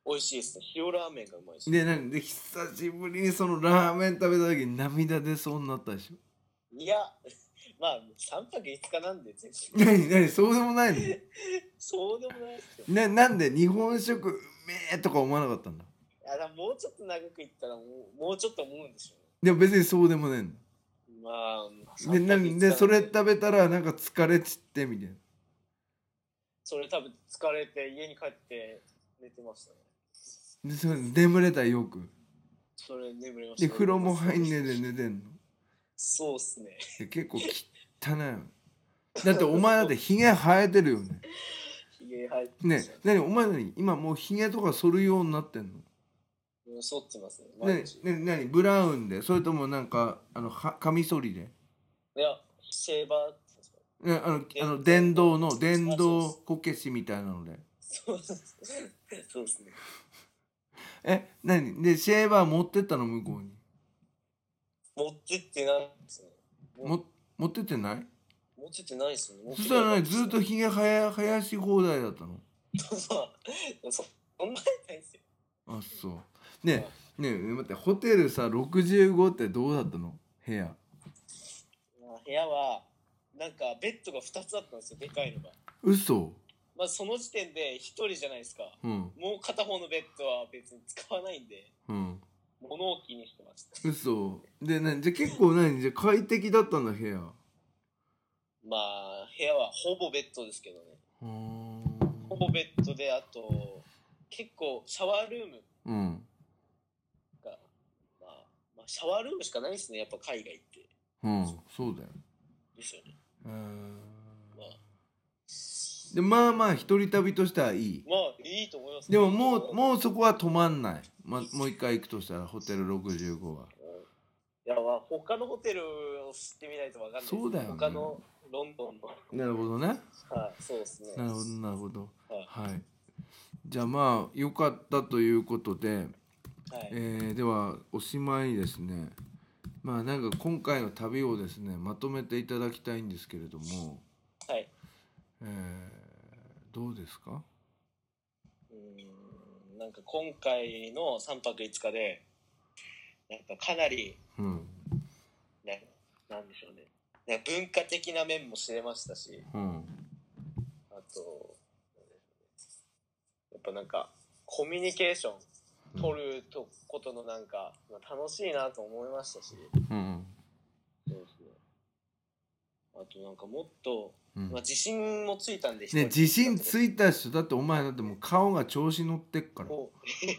美味しいですね塩ラーメンがうまいですねでなんで久しぶりにそのラーメン食べた時に涙出そうになったでしょ いや まあ3泊5日なんで全然何何そうでもないのそうでもないですよななんで日本食うめえとか思わなかったんだいやだからもうちょっと長くいったらもうもうちょっと思うんでしょうねでも別にそうでもねえんだまあ、で三ヶな月でそれ間食べたらなんか疲れちってみたいなそれ多分疲れて家に帰って寝てましたね。でそれ眠れたよくそれ眠れました、で風呂も入んねえで寝てんのそうっすね。で結構汚いのだってお前だってひげ生えてるよねひげ入ってまねしたね何お前何今もうひげとか剃るようになってんのうん剃ってますね。ね毎日ね何ブラウンでそれともなんかあのはカミソリで、いや、シェーバーってね、あのあの電電動動の電動あこけしみたいなのでそうっすねそうですね。え何でシェーバー持ってったの向こうに持ってってないですね。も持ってってない持ってってないですよね。持っそてっしてたならか何たですずっとひげ生や生やし放題だったの そうそそんなにないですよ。あそうねえねえ待ってホテルさ65ってどうだったの部屋まあ部屋は、なんかベッドが2つあったんですよ、でかいのが。嘘まあその時点で1人じゃないですか。うんもう片方のベッドは別に使わないんで、うん物置にしてました。嘘で何じゃあ結構何じゃあ快適だったんだ部屋まあ部屋はほぼベッドですけどねうーんほぼベッドであと結構シャワールームうんが、まあ、まあシャワールームしかないですねやっぱ海外ってうんそうだよですよねうーんまあでまあまあ一人旅としてはいいまあいいと思いますでももううもうそこは止まんない、ま、もう一回行くとしたらホテル65はいやまあ他のホテルを知ってみないとわかんないですそうだよね他のロンドンのなるほどねはいそうですねなるほどなるほどはいはいじゃあまあ良かったということではいえーではおしまいにですねまあなんか今回の旅をですねまとめていただきたいんですけれども、はいえーどうですかうーんなんか今回の3泊5日でなんかかなりうんね、なんでしょうね。ね文化的な面も知れましたし、うんあと、やっぱなんか、コミュニケーション取るとことのなんか、まあ楽しいなと思いましたし、うんそうですね。あとなんかもっと、うんまあ自信もついたんで、ね自信いついた人だってお前だってもう顔が調子乗ってっからい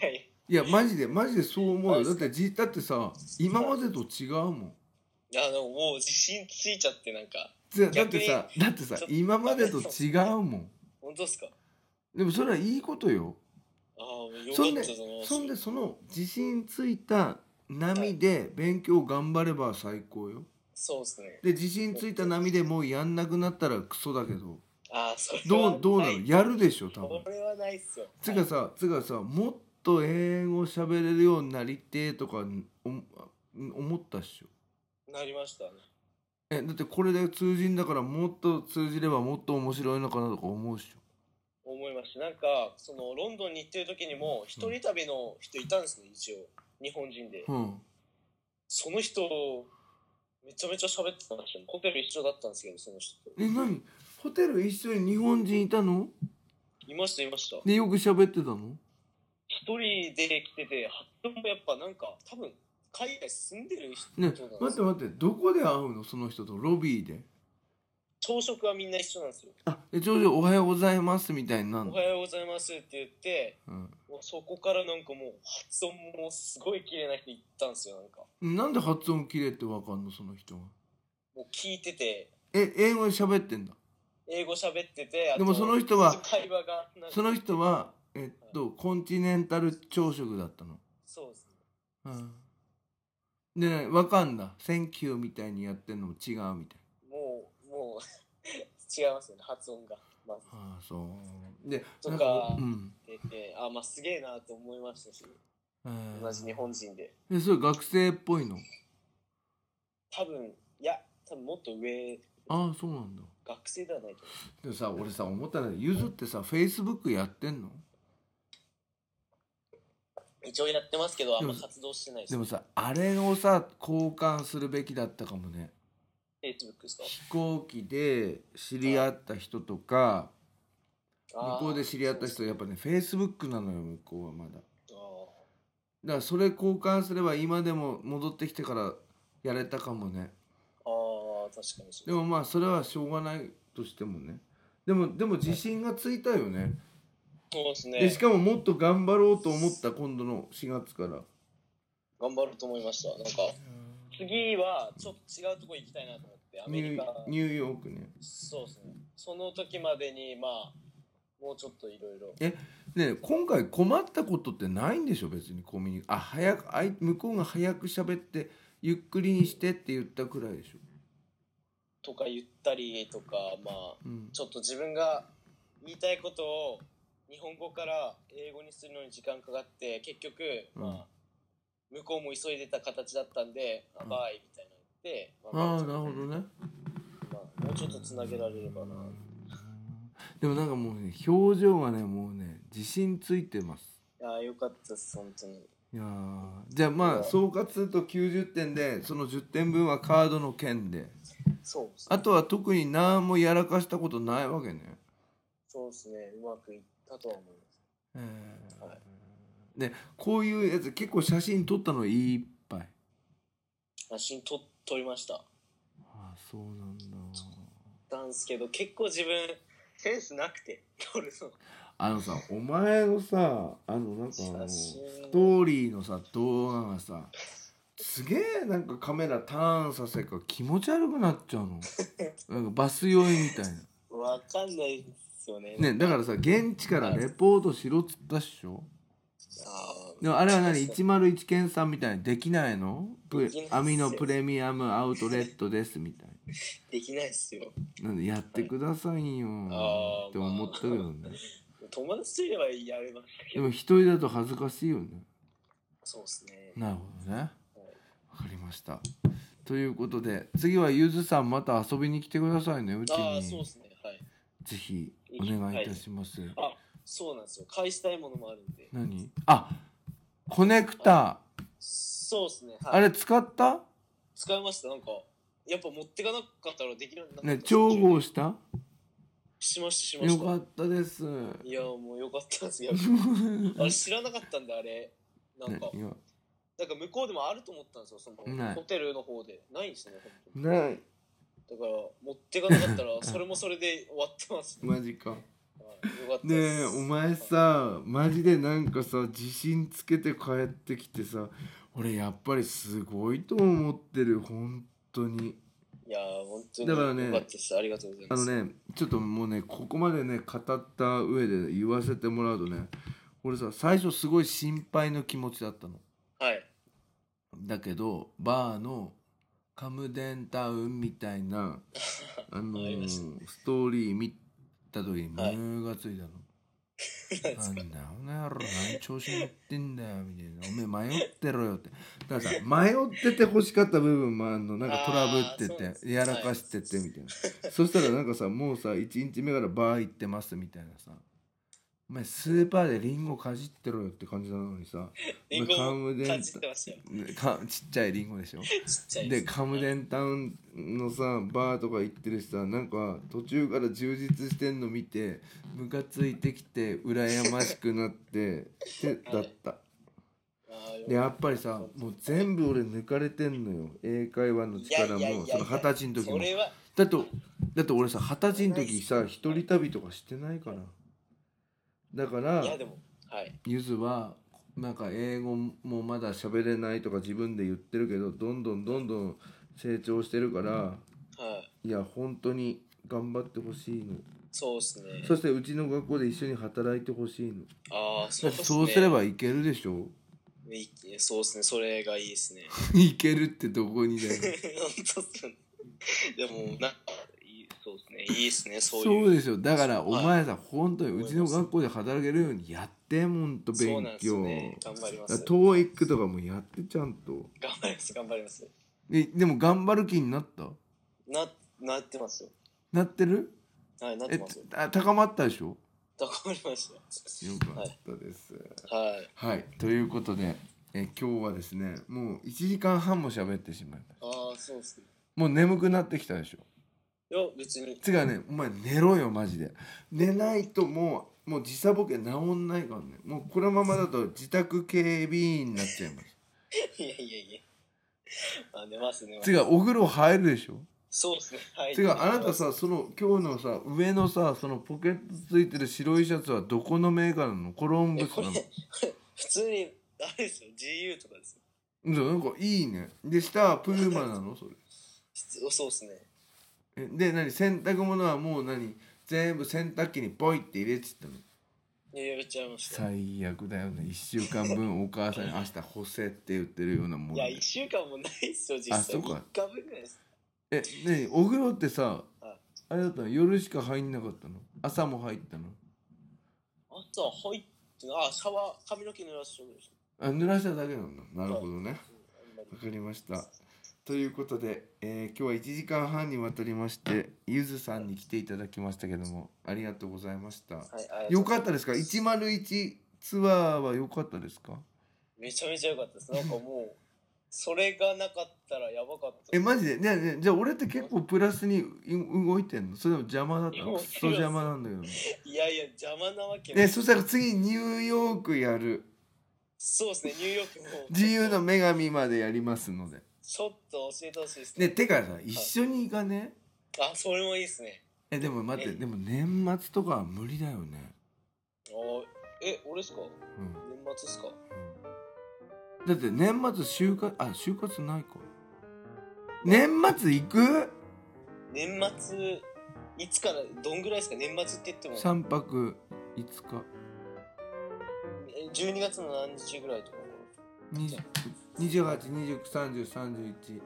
やいや、いやマジでマジでそう思うよだマっジでてじだってさ今までと違うもんいやでももう自信ついちゃってなんか、じゃだってさだってさちょっと今までと違うもん本当ですかでもそれはいいことよああ、よかそんっでたと思います。そんでその自信ついた波で勉強頑張れば最高よそうですね。で自信ついた波でもうやんなくなったらクソだけどああ、それはどうどうなはのいやるでしょ多分これはないっすよ。つうかさつうかさもっと英語喋れるようになりてえとかお思ったっしょなりましたね。えだってこれで通じんだからもっと通じればもっと面白いのかなとか思うっし思いました。なんか、そのロンドンに行ってる時にも、一人旅の人いたんですね、一応。日本人でょ。うんその人、めちゃめちゃ喋ってたんですよ。ホテル一緒だったんですけど、その人と。え何ホテル一緒に日本人いたのいました、いました。でよく喋ってたの一人で来てて、発音もやっぱなんか、多分、海外住んでる人なねんですよ。待って待ってどこで会うのその人とロビーで朝食はみんな一緒なんですよ。あで長女おはようございますみたいになるのおはようございますって言って、うもうそこからなんかもう発音もすごい綺麗な人いったんですよ、なんか。ん、なんで発音綺麗ってわかんのその人はもう聞いてて、え英語で喋ってんだ英語喋ってて、あとでもその人は会話がなんかその人はえっとコンチネンタル朝食だったのそうですね。うんでねわかんだ「Thank you」みたいにやってんのも違うみたいもう、 もう、違いますよね、発音が。まずああそうでとかなんかうん出て、あ、まあ、すげえなと思いましたし、えー同じ日本人で。えそれ学生っぽいの多分、いや、多分もっと上、ああそうなんだ学生ではないとでもさ俺さ思ったらゆずってさ Facebook やってんの一応やってますけど、あんまでも活動してないです。でもさあれをさ交換するべきだったかもね Facebook ですか飛行機で知り合った人とか向こうで知り合った人やっぱね Facebook なのよ向こうはまだだかあーそらそれ交換すれば今でも戻ってきてからやれたかもねう確かにそうでもまあそれはしょうがないとしてもねでもでも自信がついたよねそうですでしねかももっと頑張ろうと思った今度の4月から頑張ると思いましたなんか次はちょっと違うとこ行きたいなと思ってアメニュリーカニューヨークねそうですねその時までにまあもうちょっといろいろねえ今回困ったことってないんでしょ別にコミュニあ早くあい向こうが早く喋ってゆっくりにしてって言ったくらいでしょ、とか言ったりとかまあうん、ちょっと自分が言いたいことを日本語から英語にするのに時間かかって結局、うんまあ、向こうも急いでた形だったんで「あうんバイ」みたいなの言って、まああまなるほどねあもうちょっとつなげられればなでもなんかもうね表情がねもうね自信ついてますいやーよかったです本当にいやーじゃあまあ総括すると90点でその10点分はカードの件でそうですねあとは特に何もやらかしたことないわけねそうですねうまくいったとは思いますえはいーねこういうやつ結構写真撮ったのいっぱい写真撮撮りましたああそうなんだなんですけど結構自分センスなくて撮るのあのさお前のさあのなんかあの写スト真ーリーのさ動画がさすげえなんかカメラターンさせるから気持ち悪くなっちゃう のなんかバス酔いみたいなわかんないですよね ねだからさ現地からレポートしろっつったっしょあーでもあれは何101検査みたいにできないのプレできないっすよアミのプレミアムアウトレットですみたいできないっすよななんでやってくださいよあーって思ったけどね友達といればやれますでけども一人だと恥ずかしいよねそうですねなるほどねわかりましたということで次はゆずさんまた遊びに来てくださいねうちああそにうですねはいぜひお願いいたしますあそうなんですよ返したいものもあるんで何あコネクタそうですねはいあれ使った使いましたなんかやっぱ持ってかなかったらできるようになねった調合したしましたしまよしかたったです。いやもうよかったで すよあれ知らなかったんであれなんか何がなんか向こうでもあると思ったんですよそないのホテルの方でないんですね本当にないだから持ってかなかったら それもそれで終わってますね、マジか。はいよかったねですえお前さマジでなんかさ自信つけて帰ってきてさ俺やっぱりすごいと思ってる本当にいやー本当にだからねよかったですありがとうございあますのねちょっともうねここまでね語った上で言わせてもらうとね俺さ最初すごい心配の気持ちだったのはいだけどバーのカムデンタウンみたい なあのわかりましストーリー見た時にはい胸がついたの。 なんだよなやろ何調子乗ってんだよみたいなおめえ迷ってろよってだか らさ迷ってて欲しかった部分もあんのなんかトラブあーそうなんっでてすてやらかしててみたいなそしたらなんかさもうさ1日目からバー行ってますみたいなさお前スーパーでリンゴかじってろよって感じなのにさリンゴカムデもン感じてましたよ。 ねかちっちゃいリンゴでしょちっちゃいですカムデンタウンのさバーとか行ってるしさなんか途中から充実してんの見てムカついてきて羨ましくなってってだったあーでやっぱりさもう全部俺抜かれてんのよ英会話の力いやいやいやもいそやの二十歳の時そもれはだとだって俺さ二十歳の時さ一人旅とかしてないからだからいやでもはいゆずはなんか英語もまだ喋れないとか自分で言ってるけどどんどんどんどん成長してるからはいいや本当に頑張ってほしいのそうですねそしてうちの学校で一緒に働いてほしいのああそうっすねそうすればいけるでしょ いいそうですねそれがいいですね いけるってどこにだよ本当っすねでもなんかいいそうですねいいですねそうそういうでしょだからお前さ本当にうちの思います学校で働けるようにやってもんとそう勉なんですよ強ね頑張りまだすから TOEIC とかもやってちゃんと頑張ります頑張りますえでも頑張る気になったななってますよなってるはいなってえますよあ高まったでしょ高まりましよたかはっいたです。はいはい、ということでえ今日はですねもう1時間半も喋ってしまいましたああそうですねもう眠くなってきたでしょいや別につうかねお前寝ろよマジで寝ないともうもう時差ボケ治んないからねもうこのままだと自宅警備員になっちゃいますいやいやいや。あ、寝ますね。つうかお風呂入るでしょそうですね。はい。てかあなたさその今日のさ上のさそのポケットついてる白いシャツはどこのメーカーなのコロンえブスこなれ、のこれ普通に、あれですよ、GU とかですよ。そうなんかいいねで下はプーマなのそれ普通そうですね。えで何洗濯物はもう何全部洗濯機にポイって入れちったのいや、やれちゃいました。最悪だよね1週間 分お母さんに明日干せって言ってるようなもんいだや、よ1週間もないっすよ、実あそ際。う3か日分ぐらいです。えねお風呂ってさはいあれだったの夜しか入んなかったの朝も入ったの朝入って、あ、シャワー、髪の毛濡らしてるでしあ濡らしただけなんだなるほどねょ。うんあんまわりかりましたということで、えー今日は1時間半にわたりましてゆずさんに来ていただきましたけどもありがとうございましたはい、ありがとうよござかいますったですか101ツアーは良かったですかめちゃめちゃ良かったです。なんかもう、それがなかったらやばかった。えマジでねねじゃあ俺って結構プラスにい動いてんのそれでも邪魔だったいやのクソ邪魔なんだけどねいやいや、邪魔なわけないでそしたら次ニューヨークやるそうですね、ニューヨークも。自由の女神までやりますのでちょっと教えてほしいですね。ねてかさ一緒に行かねあ、それもいいですね。えでも待ってえでも年末とかは無理だよね、おえ、俺ですかうん、年末ですかだって年末就活あ就活ないか年末行く年末、いつから、どんぐらいですか年末って言っても、 3泊5日え12月の何日ぐらいとか。 28293031日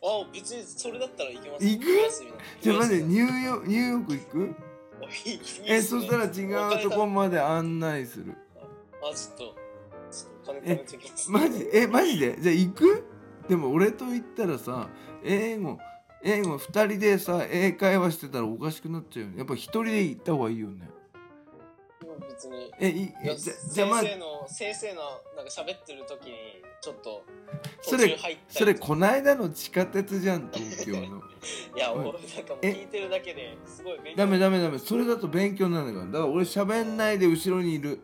あ、別にそれだったらいけます。行く冬休みなんでじゃあ待って冬休ニみューヨニューヨーク行くなんでおいいいですねえそしたら違うとこまで案内するあ、ちょっと、ちょっとお金貯めておきます。マジえマジでじゃあ行くでも俺と行ったらさ英語英語2人でさ英会話してたらおかしくなっちゃうよねやっぱ1人で行った方がいいよね別に。えいいやえじゃ先じゃあまあ生の先生のなんか喋ってる時にちょっとそれ途中入ったりそれこないだの地下鉄じゃん東京のいや俺なんかもうえ聞いてるだけですごい勉強ダメダメダメそれだと勉強になるからだから俺喋んないで後ろにいる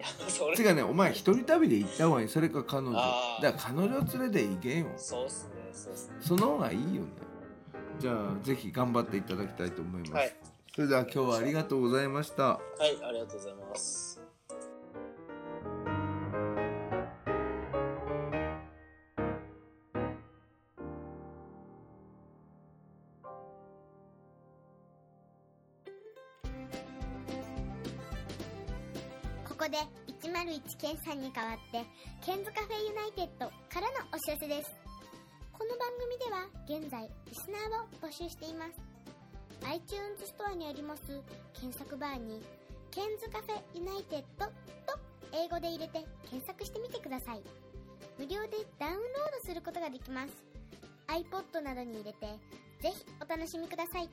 いやそれてかねお前一人旅で行った方がいいそれか彼女あーだから彼女連れて行けよそうっすねそうっすねその方がいいよねじゃあぜひ頑張っていただきたいと思います、はいそれでは今日はありがとうございましたはいありがとうございますここで101ケンさんに代わってケンズカフェユナイテッドからのお知らせですこの番組では現在リスナーを募集しています iTunes ストアにあります検索バーに「ケンズカフェユナイテッド」と英語で入れて検索してみてください無料でダウンロードすることができます iPod などに入れてぜひお楽しみください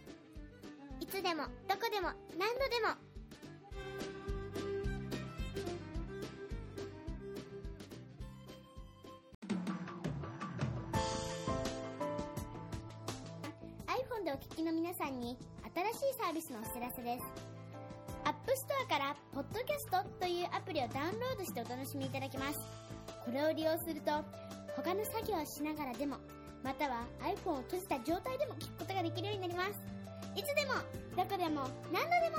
いつでもどこでも何度でもiPhone でお聞きの皆さんに新しいサービスのお知らせです App Store から「Podcast」というアプリをダウンロードしてお楽しみいただけますこれを利用すると他の作業をしながらでもまたは iPhone を閉じた状態でも聞くことができるようになりますいつでもどこでも何度でも